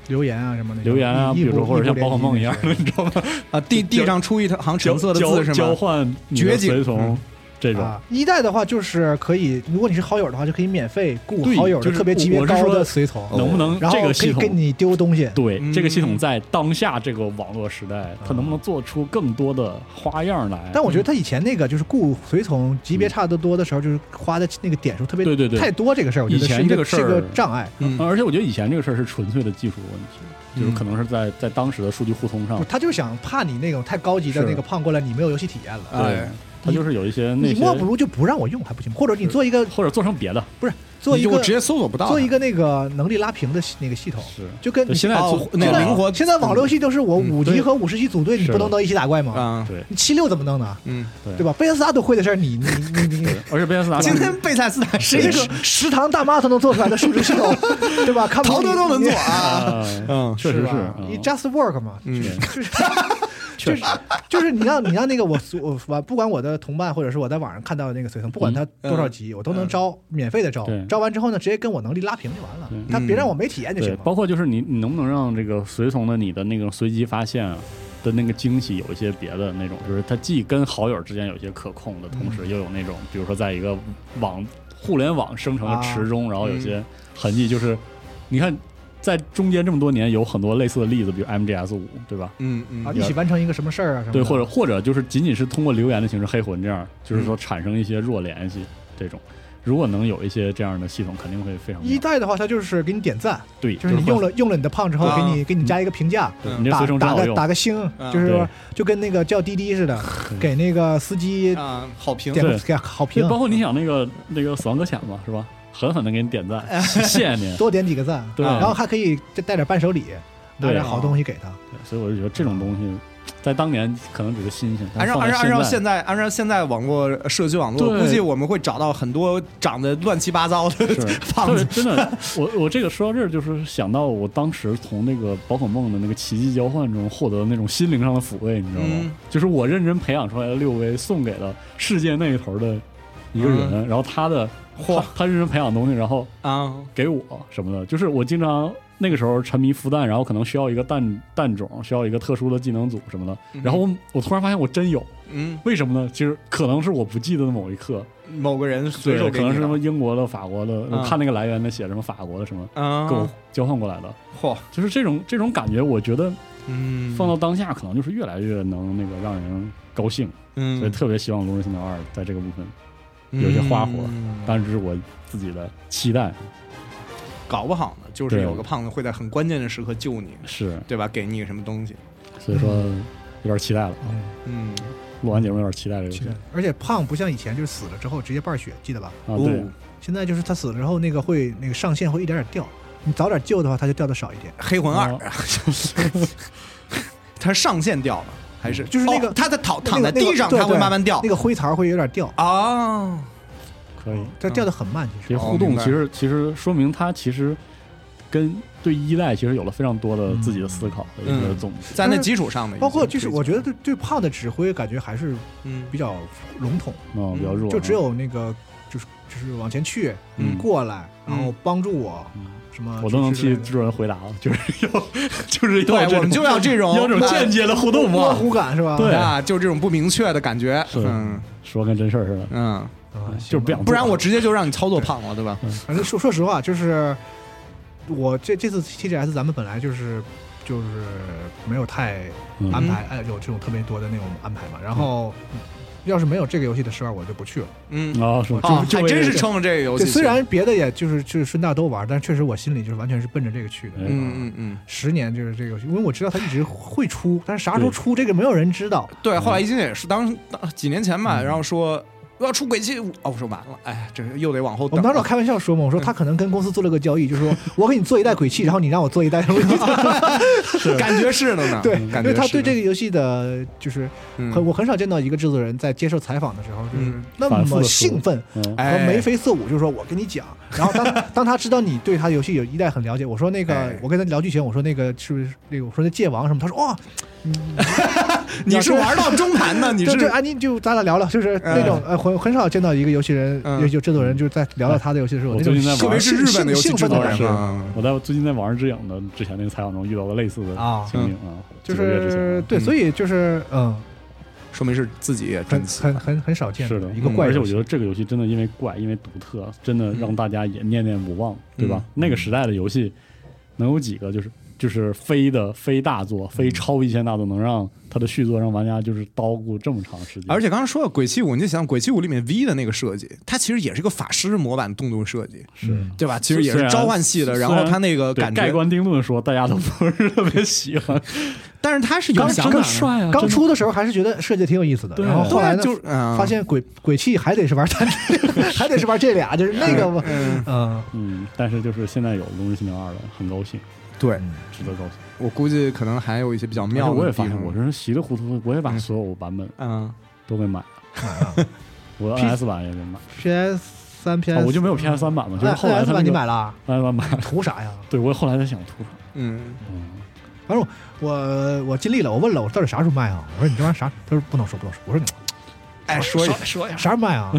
Speaker 1: 留言啊什么的，
Speaker 3: 留言啊，
Speaker 1: 一
Speaker 3: 比如说
Speaker 1: 一
Speaker 3: 或者像宝可梦一样 的，
Speaker 1: 一
Speaker 3: 你知道吗？
Speaker 2: 啊，地地上出一行橙色的
Speaker 3: 交
Speaker 2: 字是
Speaker 3: 交
Speaker 2: 吗？
Speaker 3: 换你的
Speaker 2: 绝景
Speaker 3: 随从
Speaker 2: 嗯
Speaker 3: 这种。
Speaker 1: 啊，一代的话就是可以，如果你是好友的话，就可以免费雇
Speaker 3: 对
Speaker 1: 好友
Speaker 3: 就
Speaker 1: 的
Speaker 3: 是
Speaker 1: 特别级别
Speaker 3: 我是
Speaker 1: 高
Speaker 3: 说
Speaker 1: 的随从，
Speaker 3: 能不能
Speaker 1: 然后
Speaker 3: 这个
Speaker 1: 可
Speaker 3: 系
Speaker 1: 以给
Speaker 3: 统？
Speaker 1: 你丢东西。
Speaker 3: 对、
Speaker 2: 嗯
Speaker 3: 这个系统在当下这个网络时代，它能不能做出更多的花样来？
Speaker 1: 但我觉得他以前那个就是雇随从级别差得多的时候，就是花的那个点数特别
Speaker 3: 对对对
Speaker 1: 太多这个事儿，我觉
Speaker 3: 以
Speaker 1: 得
Speaker 3: 前
Speaker 1: 是一
Speaker 3: 这个
Speaker 1: 个
Speaker 3: 事
Speaker 1: 是
Speaker 3: 儿
Speaker 1: 一个障碍。
Speaker 2: 嗯
Speaker 3: 嗯而且我觉得以前这个事儿是纯粹的技术问题，就是可能是在在当时的数据互通上
Speaker 1: 不，他就想怕你那种太高级的
Speaker 3: 啊是
Speaker 1: 那个胖过来，你没有游戏体验了。
Speaker 2: 哎
Speaker 3: 对，它就是有一些那
Speaker 1: 你
Speaker 3: 些
Speaker 1: 莫不如就不让我用还不行吗，或者你做一个
Speaker 3: 或者做成别的，
Speaker 1: 不是做一
Speaker 2: 你就
Speaker 1: 个
Speaker 2: 直接搜索不到它，
Speaker 1: 做一个那个能力拉平的系那个系统，
Speaker 3: 是
Speaker 1: 就跟
Speaker 3: 就现在
Speaker 2: 哦
Speaker 3: 做
Speaker 2: 那
Speaker 1: 现
Speaker 2: 个
Speaker 1: 在
Speaker 2: 灵活
Speaker 1: 现在网络游戏都是我
Speaker 2: 嗯
Speaker 1: 五
Speaker 3: 对
Speaker 1: 级和五十级组队，你
Speaker 3: 是
Speaker 1: 不能能一起打怪吗？
Speaker 2: 啊，
Speaker 3: 对
Speaker 1: 你七六怎么弄呢？
Speaker 2: 嗯。
Speaker 1: 对吧？贝恩斯达都会的事儿，你你你你 你，
Speaker 3: 而且贝恩斯达
Speaker 2: 今天贝塞斯坦是
Speaker 1: 谁
Speaker 2: 一
Speaker 1: 这
Speaker 2: 个
Speaker 1: 个食堂大妈都能做出来的数值系 统，对吧？看不
Speaker 2: 陶
Speaker 1: 起
Speaker 2: 德都能
Speaker 1: 你
Speaker 2: 做啊，
Speaker 3: 啊，
Speaker 2: 嗯
Speaker 3: 确实是
Speaker 1: 吧，
Speaker 3: 嗯
Speaker 1: 你 just work 嘛，
Speaker 2: 嗯
Speaker 1: 就是就是。
Speaker 3: 确
Speaker 1: 就
Speaker 3: 实
Speaker 1: 是就是你让你让那个我我我不管我的同伴或者是我在网上看到的那个随从，不管他多少级，我都能招免费的招
Speaker 3: 嗯对，
Speaker 1: 招完之后呢，直接跟我能力拉平就完了
Speaker 3: 嗯，
Speaker 1: 他别让我没体验就
Speaker 3: 对
Speaker 1: 行，了。
Speaker 3: 包括就是你你能不能让这个随从的你的那种随机发现啊的那个惊喜有一些别的那种，就是它既跟好友之间有一些可控的同时，又有那种比如说在一个网互联网生成的池
Speaker 1: 啊
Speaker 3: 中，然后有些痕迹，就是你看在中间这么多年有很多类似的例子，比如 MGS 五对吧？
Speaker 2: 嗯嗯
Speaker 1: 啊，一起完成一个什么事儿啊什么的
Speaker 3: 对，或者或者就是仅仅是通过留言的形式黑魂这样，就是
Speaker 1: 嗯
Speaker 3: 说产生一些弱联系这种。如果能有一些这样的系统，肯定会非常
Speaker 1: 一
Speaker 3: 妙
Speaker 1: 代的话，它就是给你点赞，
Speaker 3: 对，
Speaker 1: 就是你
Speaker 3: 会
Speaker 1: 用了用了你的胖之后，给你
Speaker 2: 啊
Speaker 1: 给你加一个评价，
Speaker 3: 对
Speaker 2: 嗯
Speaker 3: 你这随
Speaker 1: 打
Speaker 3: 从真
Speaker 1: 打
Speaker 3: 好
Speaker 1: 个
Speaker 3: 用，
Speaker 1: 打个星
Speaker 2: 嗯，
Speaker 1: 就是
Speaker 3: 对嗯
Speaker 1: 说就跟那个叫滴滴似的，给那个司机
Speaker 2: 啊，好评
Speaker 1: 点
Speaker 3: 对
Speaker 1: 个给好
Speaker 3: 对，
Speaker 1: 评，
Speaker 3: 包括你想那个那个死亡搁浅嘛，是吧？狠狠的给你点
Speaker 2: 哎
Speaker 3: 赞，谢谢您。
Speaker 1: 多点几个赞，
Speaker 3: 对
Speaker 1: 然后还可以再带点伴手礼，拿
Speaker 3: 对
Speaker 1: 点好东西给他。
Speaker 3: 对所以我就觉得这种东西，在当年可能只是新鲜，但
Speaker 2: 按照
Speaker 3: 放
Speaker 2: 按
Speaker 3: 在
Speaker 2: 照按照
Speaker 3: 现
Speaker 2: 现在按照现在网络社区网络，
Speaker 3: 对
Speaker 2: 估计我们会找到很多长得乱七八糟的
Speaker 3: 是
Speaker 2: 胖
Speaker 3: 对
Speaker 2: 子。
Speaker 3: 真的，我我这个说到这儿，就是想到我当时从那个宝可梦的那个奇迹交换中获得的那种心灵上的抚慰，你知道吗？
Speaker 2: 嗯
Speaker 3: 就是我认真培养出来的六维送给了世界那一头的一个人，然后他的
Speaker 2: 嗯嚯
Speaker 3: 他他认真培养的东西，然后
Speaker 2: 啊，
Speaker 3: 给我什么的，就是我经常那个时候沉迷孵蛋，然后可能需要一个蛋蛋种，需要一个特殊的技能组什么的，嗯然后我我突然发现我真有，
Speaker 2: 嗯，
Speaker 3: 为什么呢？其实可能是我不记得的某一刻，
Speaker 2: 某个人随
Speaker 3: 对，
Speaker 2: 手
Speaker 3: 可
Speaker 2: 给
Speaker 3: 能
Speaker 2: 你
Speaker 3: 是什么
Speaker 2: 的，
Speaker 3: 英国的、法国的，我
Speaker 2: 嗯
Speaker 3: 看那个来源的写什么法国的什么，给我
Speaker 2: 啊，
Speaker 3: 交换过来的，
Speaker 2: 嚯，
Speaker 3: 就是这种这种感觉，我觉得
Speaker 2: 嗯，
Speaker 3: 放到当下可能就是越来越能那个让人高兴，所以
Speaker 2: 嗯，
Speaker 3: 特别希望《龙之信条二》在这个部分有一些花活
Speaker 2: 嗯
Speaker 3: 当然这是我自己的期待。
Speaker 2: 搞不好呢，就是
Speaker 3: 对
Speaker 2: 有个胖子会在很关键的时刻救你，
Speaker 3: 是，
Speaker 2: 对吧？给你个什么东西，
Speaker 3: 所以说有点期待了啊，
Speaker 2: 嗯，
Speaker 3: 录完节目有点期待这个游戏
Speaker 1: 期待。而且胖不像以前，就是死了之后直接半血，记得吧？
Speaker 3: 啊，对
Speaker 2: 哦，
Speaker 1: 现在就是他死了之后，那个会那个上限会一点点掉。你早点救的话，他就掉的少一点。
Speaker 2: 黑魂二
Speaker 3: 哦，
Speaker 2: 它上限掉了，还是
Speaker 1: 就是那个
Speaker 2: 哦他在躺
Speaker 1: 嗯那
Speaker 2: 躺
Speaker 1: 个
Speaker 2: 在地上，
Speaker 1: 那个对
Speaker 2: 他会
Speaker 1: 对
Speaker 2: 慢慢掉
Speaker 1: 那个灰槽会有点掉，
Speaker 2: 啊。
Speaker 3: 可以。
Speaker 1: 但掉的很慢，其
Speaker 3: 其实
Speaker 1: 实。
Speaker 2: 哦
Speaker 3: 互动
Speaker 2: 明白
Speaker 3: 其实其实说明他其实跟对一代其实有了非常多的自己的思考和一个
Speaker 2: 嗯
Speaker 3: 总结。
Speaker 2: 在那基础上的一些
Speaker 1: 包
Speaker 2: 推荐，
Speaker 1: 括就是我觉得对对胖的指挥感觉还是
Speaker 2: 嗯，
Speaker 1: 比较笼统，
Speaker 3: 嗯，比较弱啊，
Speaker 1: 就只有那个就是就是往前去，
Speaker 2: 嗯
Speaker 1: 过来，然后
Speaker 2: 嗯
Speaker 1: 帮助我
Speaker 3: 嗯
Speaker 1: 什么，
Speaker 3: 我都能替
Speaker 1: 去
Speaker 3: 制作人回答了，就是 要就是要这
Speaker 2: 对，我们
Speaker 3: 种
Speaker 2: 就要这种
Speaker 3: 要这种
Speaker 2: 那
Speaker 3: 间接的互动
Speaker 1: 模
Speaker 3: 嘛。
Speaker 1: 糊感是吧？
Speaker 3: 对
Speaker 2: 啊，就这种不明确的感觉，
Speaker 3: 是
Speaker 2: 嗯
Speaker 3: 说跟真事儿似的，
Speaker 2: 嗯，
Speaker 1: 啊，行
Speaker 3: 就是不
Speaker 1: 吧
Speaker 3: 想做，
Speaker 2: 不然我直接就让你操作胖了，对吧？
Speaker 1: 反正说说实话，就是我这这次 TGS 咱们本来就是就是没有太
Speaker 3: 嗯
Speaker 2: 啊
Speaker 1: 安排，哎，有这种特别多的那种安排嘛。然后要是没有这个游戏的试玩，我就不去了。
Speaker 2: 嗯，
Speaker 3: 啊，是
Speaker 2: 啊，
Speaker 3: 就
Speaker 2: 还真是冲着这个游
Speaker 1: 对，
Speaker 2: 戏去，
Speaker 1: 虽然别的也就是就是顺道都玩，但确实我心里就是完全是奔着这个
Speaker 3: 哎
Speaker 1: 去的。
Speaker 2: 嗯嗯嗯，
Speaker 1: 十年就是这个游戏，因为我知道它一直会出，但是啥时候出这个没有人知道。
Speaker 2: 对，后来一进也是当当几年前
Speaker 1: 嗯
Speaker 2: 吧，然后说我要出鬼泣五，哦，我说完了，哎，这又得往后
Speaker 1: 我
Speaker 2: 等
Speaker 1: 们
Speaker 2: 了。
Speaker 1: 当时我开玩笑说嘛，我
Speaker 2: 嗯
Speaker 1: 说他可能跟公司做了个交易， 就是说我给你做一代鬼泣，然后你让我做一代什么，
Speaker 2: 感觉是的呢，
Speaker 1: 对，
Speaker 2: 嗯感
Speaker 1: 因为
Speaker 2: 觉是的
Speaker 1: 他对这个游戏的就是
Speaker 2: 嗯
Speaker 1: 很我很少见到一个制作人在接受采访的时候就是
Speaker 2: 嗯
Speaker 1: 那
Speaker 3: 反复地
Speaker 1: 么
Speaker 3: 说
Speaker 1: 兴奋
Speaker 3: 嗯
Speaker 1: 和
Speaker 2: 哎
Speaker 1: 眉飞色舞，就是说我跟你讲，然后当当他知道你对他游戏有一代很了解，我说那个
Speaker 2: 哎
Speaker 1: 我跟他聊剧情，我说那个是不是那个我说那界王什么，他说哇，
Speaker 2: 你是玩到中盘的，你
Speaker 1: 这
Speaker 2: 是
Speaker 1: 这安妮就咱俩聊聊，就是那种呃很很少见到一个游戏人
Speaker 2: 嗯
Speaker 1: 有有制作人就是在聊到他的游戏的时候，
Speaker 3: 我
Speaker 1: 那种
Speaker 3: 最近在玩
Speaker 2: 特别是日本的游戏
Speaker 1: 兴
Speaker 2: 制
Speaker 1: 奋的
Speaker 2: 作
Speaker 1: 感
Speaker 2: 人啊
Speaker 1: 觉
Speaker 3: 兴奋
Speaker 2: 嘛，
Speaker 3: 我在最近在《网上之影》的之前那个采访中遇到过类似的
Speaker 1: 啊
Speaker 3: 情景啊，
Speaker 1: 就
Speaker 3: 几个月之前
Speaker 1: 是
Speaker 3: 啊
Speaker 1: 对，
Speaker 2: 嗯
Speaker 1: 所以就是嗯，
Speaker 2: 说明是自己也
Speaker 1: 很
Speaker 2: 真
Speaker 1: 很很很少见
Speaker 3: 是的
Speaker 1: 一个
Speaker 2: 嗯
Speaker 1: 怪
Speaker 3: 而且
Speaker 1: 游
Speaker 3: 我觉
Speaker 1: 戏。
Speaker 3: 得这个游戏真的因为怪，因为独特，真的让
Speaker 2: 嗯
Speaker 3: 大家也念念不忘，对吧？那个时代的游戏能有几个就是就是非的非大作，
Speaker 2: 嗯
Speaker 3: 非超一线大作，能让它的续作让玩家就是叨咕这么长时间？
Speaker 2: 而且刚刚说到《鬼泣五》，你就想《鬼泣五》里面 V 的那个设计，它其实也是一个法师模板动作设计，
Speaker 3: 是
Speaker 1: 嗯
Speaker 2: 对吧？其实也
Speaker 3: 虽
Speaker 2: 是
Speaker 3: 然
Speaker 2: 召唤系的，
Speaker 3: 虽
Speaker 2: 然
Speaker 3: 然
Speaker 2: 后它那个
Speaker 3: 对
Speaker 2: 感
Speaker 3: 盖
Speaker 2: 觉，
Speaker 3: 棺定论说大家都不是特别喜 欢，
Speaker 2: 但是它是有
Speaker 3: 刚
Speaker 2: 想
Speaker 3: 真
Speaker 2: 法
Speaker 3: 的
Speaker 2: 的。
Speaker 3: 帅啊，
Speaker 1: 刚
Speaker 3: 真的
Speaker 1: 出的时候还是觉得设计挺有意思的，
Speaker 3: 对
Speaker 1: 然后后来呢
Speaker 2: 对，就是嗯
Speaker 1: 发现鬼鬼泣还得是玩单机， 还得是玩这俩，就是那个
Speaker 2: 嗯，
Speaker 1: 嗯，
Speaker 3: 嗯，但是就是现在有《龙之信条二》了，很高兴，
Speaker 2: 对
Speaker 3: 值得高兴。
Speaker 2: 我估计可能还有一些比较
Speaker 3: 而
Speaker 2: 妙
Speaker 3: 且我
Speaker 2: 的
Speaker 3: 也
Speaker 2: 地
Speaker 3: 发
Speaker 2: 方。
Speaker 3: 现，我真是稀里糊涂，我也把
Speaker 2: 嗯啊
Speaker 3: 所有版本
Speaker 2: 嗯，
Speaker 3: 都给买了， 我
Speaker 1: P-
Speaker 3: NS 版也给买，
Speaker 1: PS 三 PS，
Speaker 3: 啊我就没有 PS 三版嘛，
Speaker 2: 啊
Speaker 3: 就是后来
Speaker 1: S
Speaker 3: 他
Speaker 1: 版
Speaker 3: 们
Speaker 1: 你买了，
Speaker 3: NS 版买了，
Speaker 1: 图啥呀？
Speaker 3: 对我后来在想图啥，
Speaker 2: 嗯，
Speaker 3: 嗯，
Speaker 1: 我我尽力了，我问了，我说到底啥时候卖啊？我说你这玩意儿啥？他说不能说，不能说。我说
Speaker 2: 哎，说一
Speaker 3: 说呀
Speaker 1: 啥时候卖啊？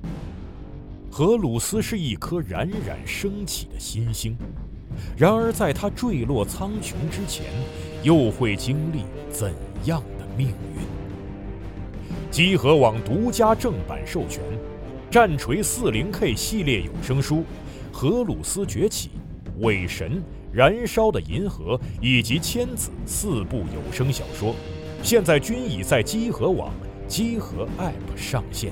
Speaker 4: 荷鲁斯是一颗冉冉升起的新星，然而在他坠落苍穹之前，又会经历怎样的命运？集合网独家正版授权，《战锤 40K 系列有声书》《荷鲁斯崛起》《伪神》《燃烧的银河》以及《千子》四部有声小说，现在均已在集合网、集合 App 上线。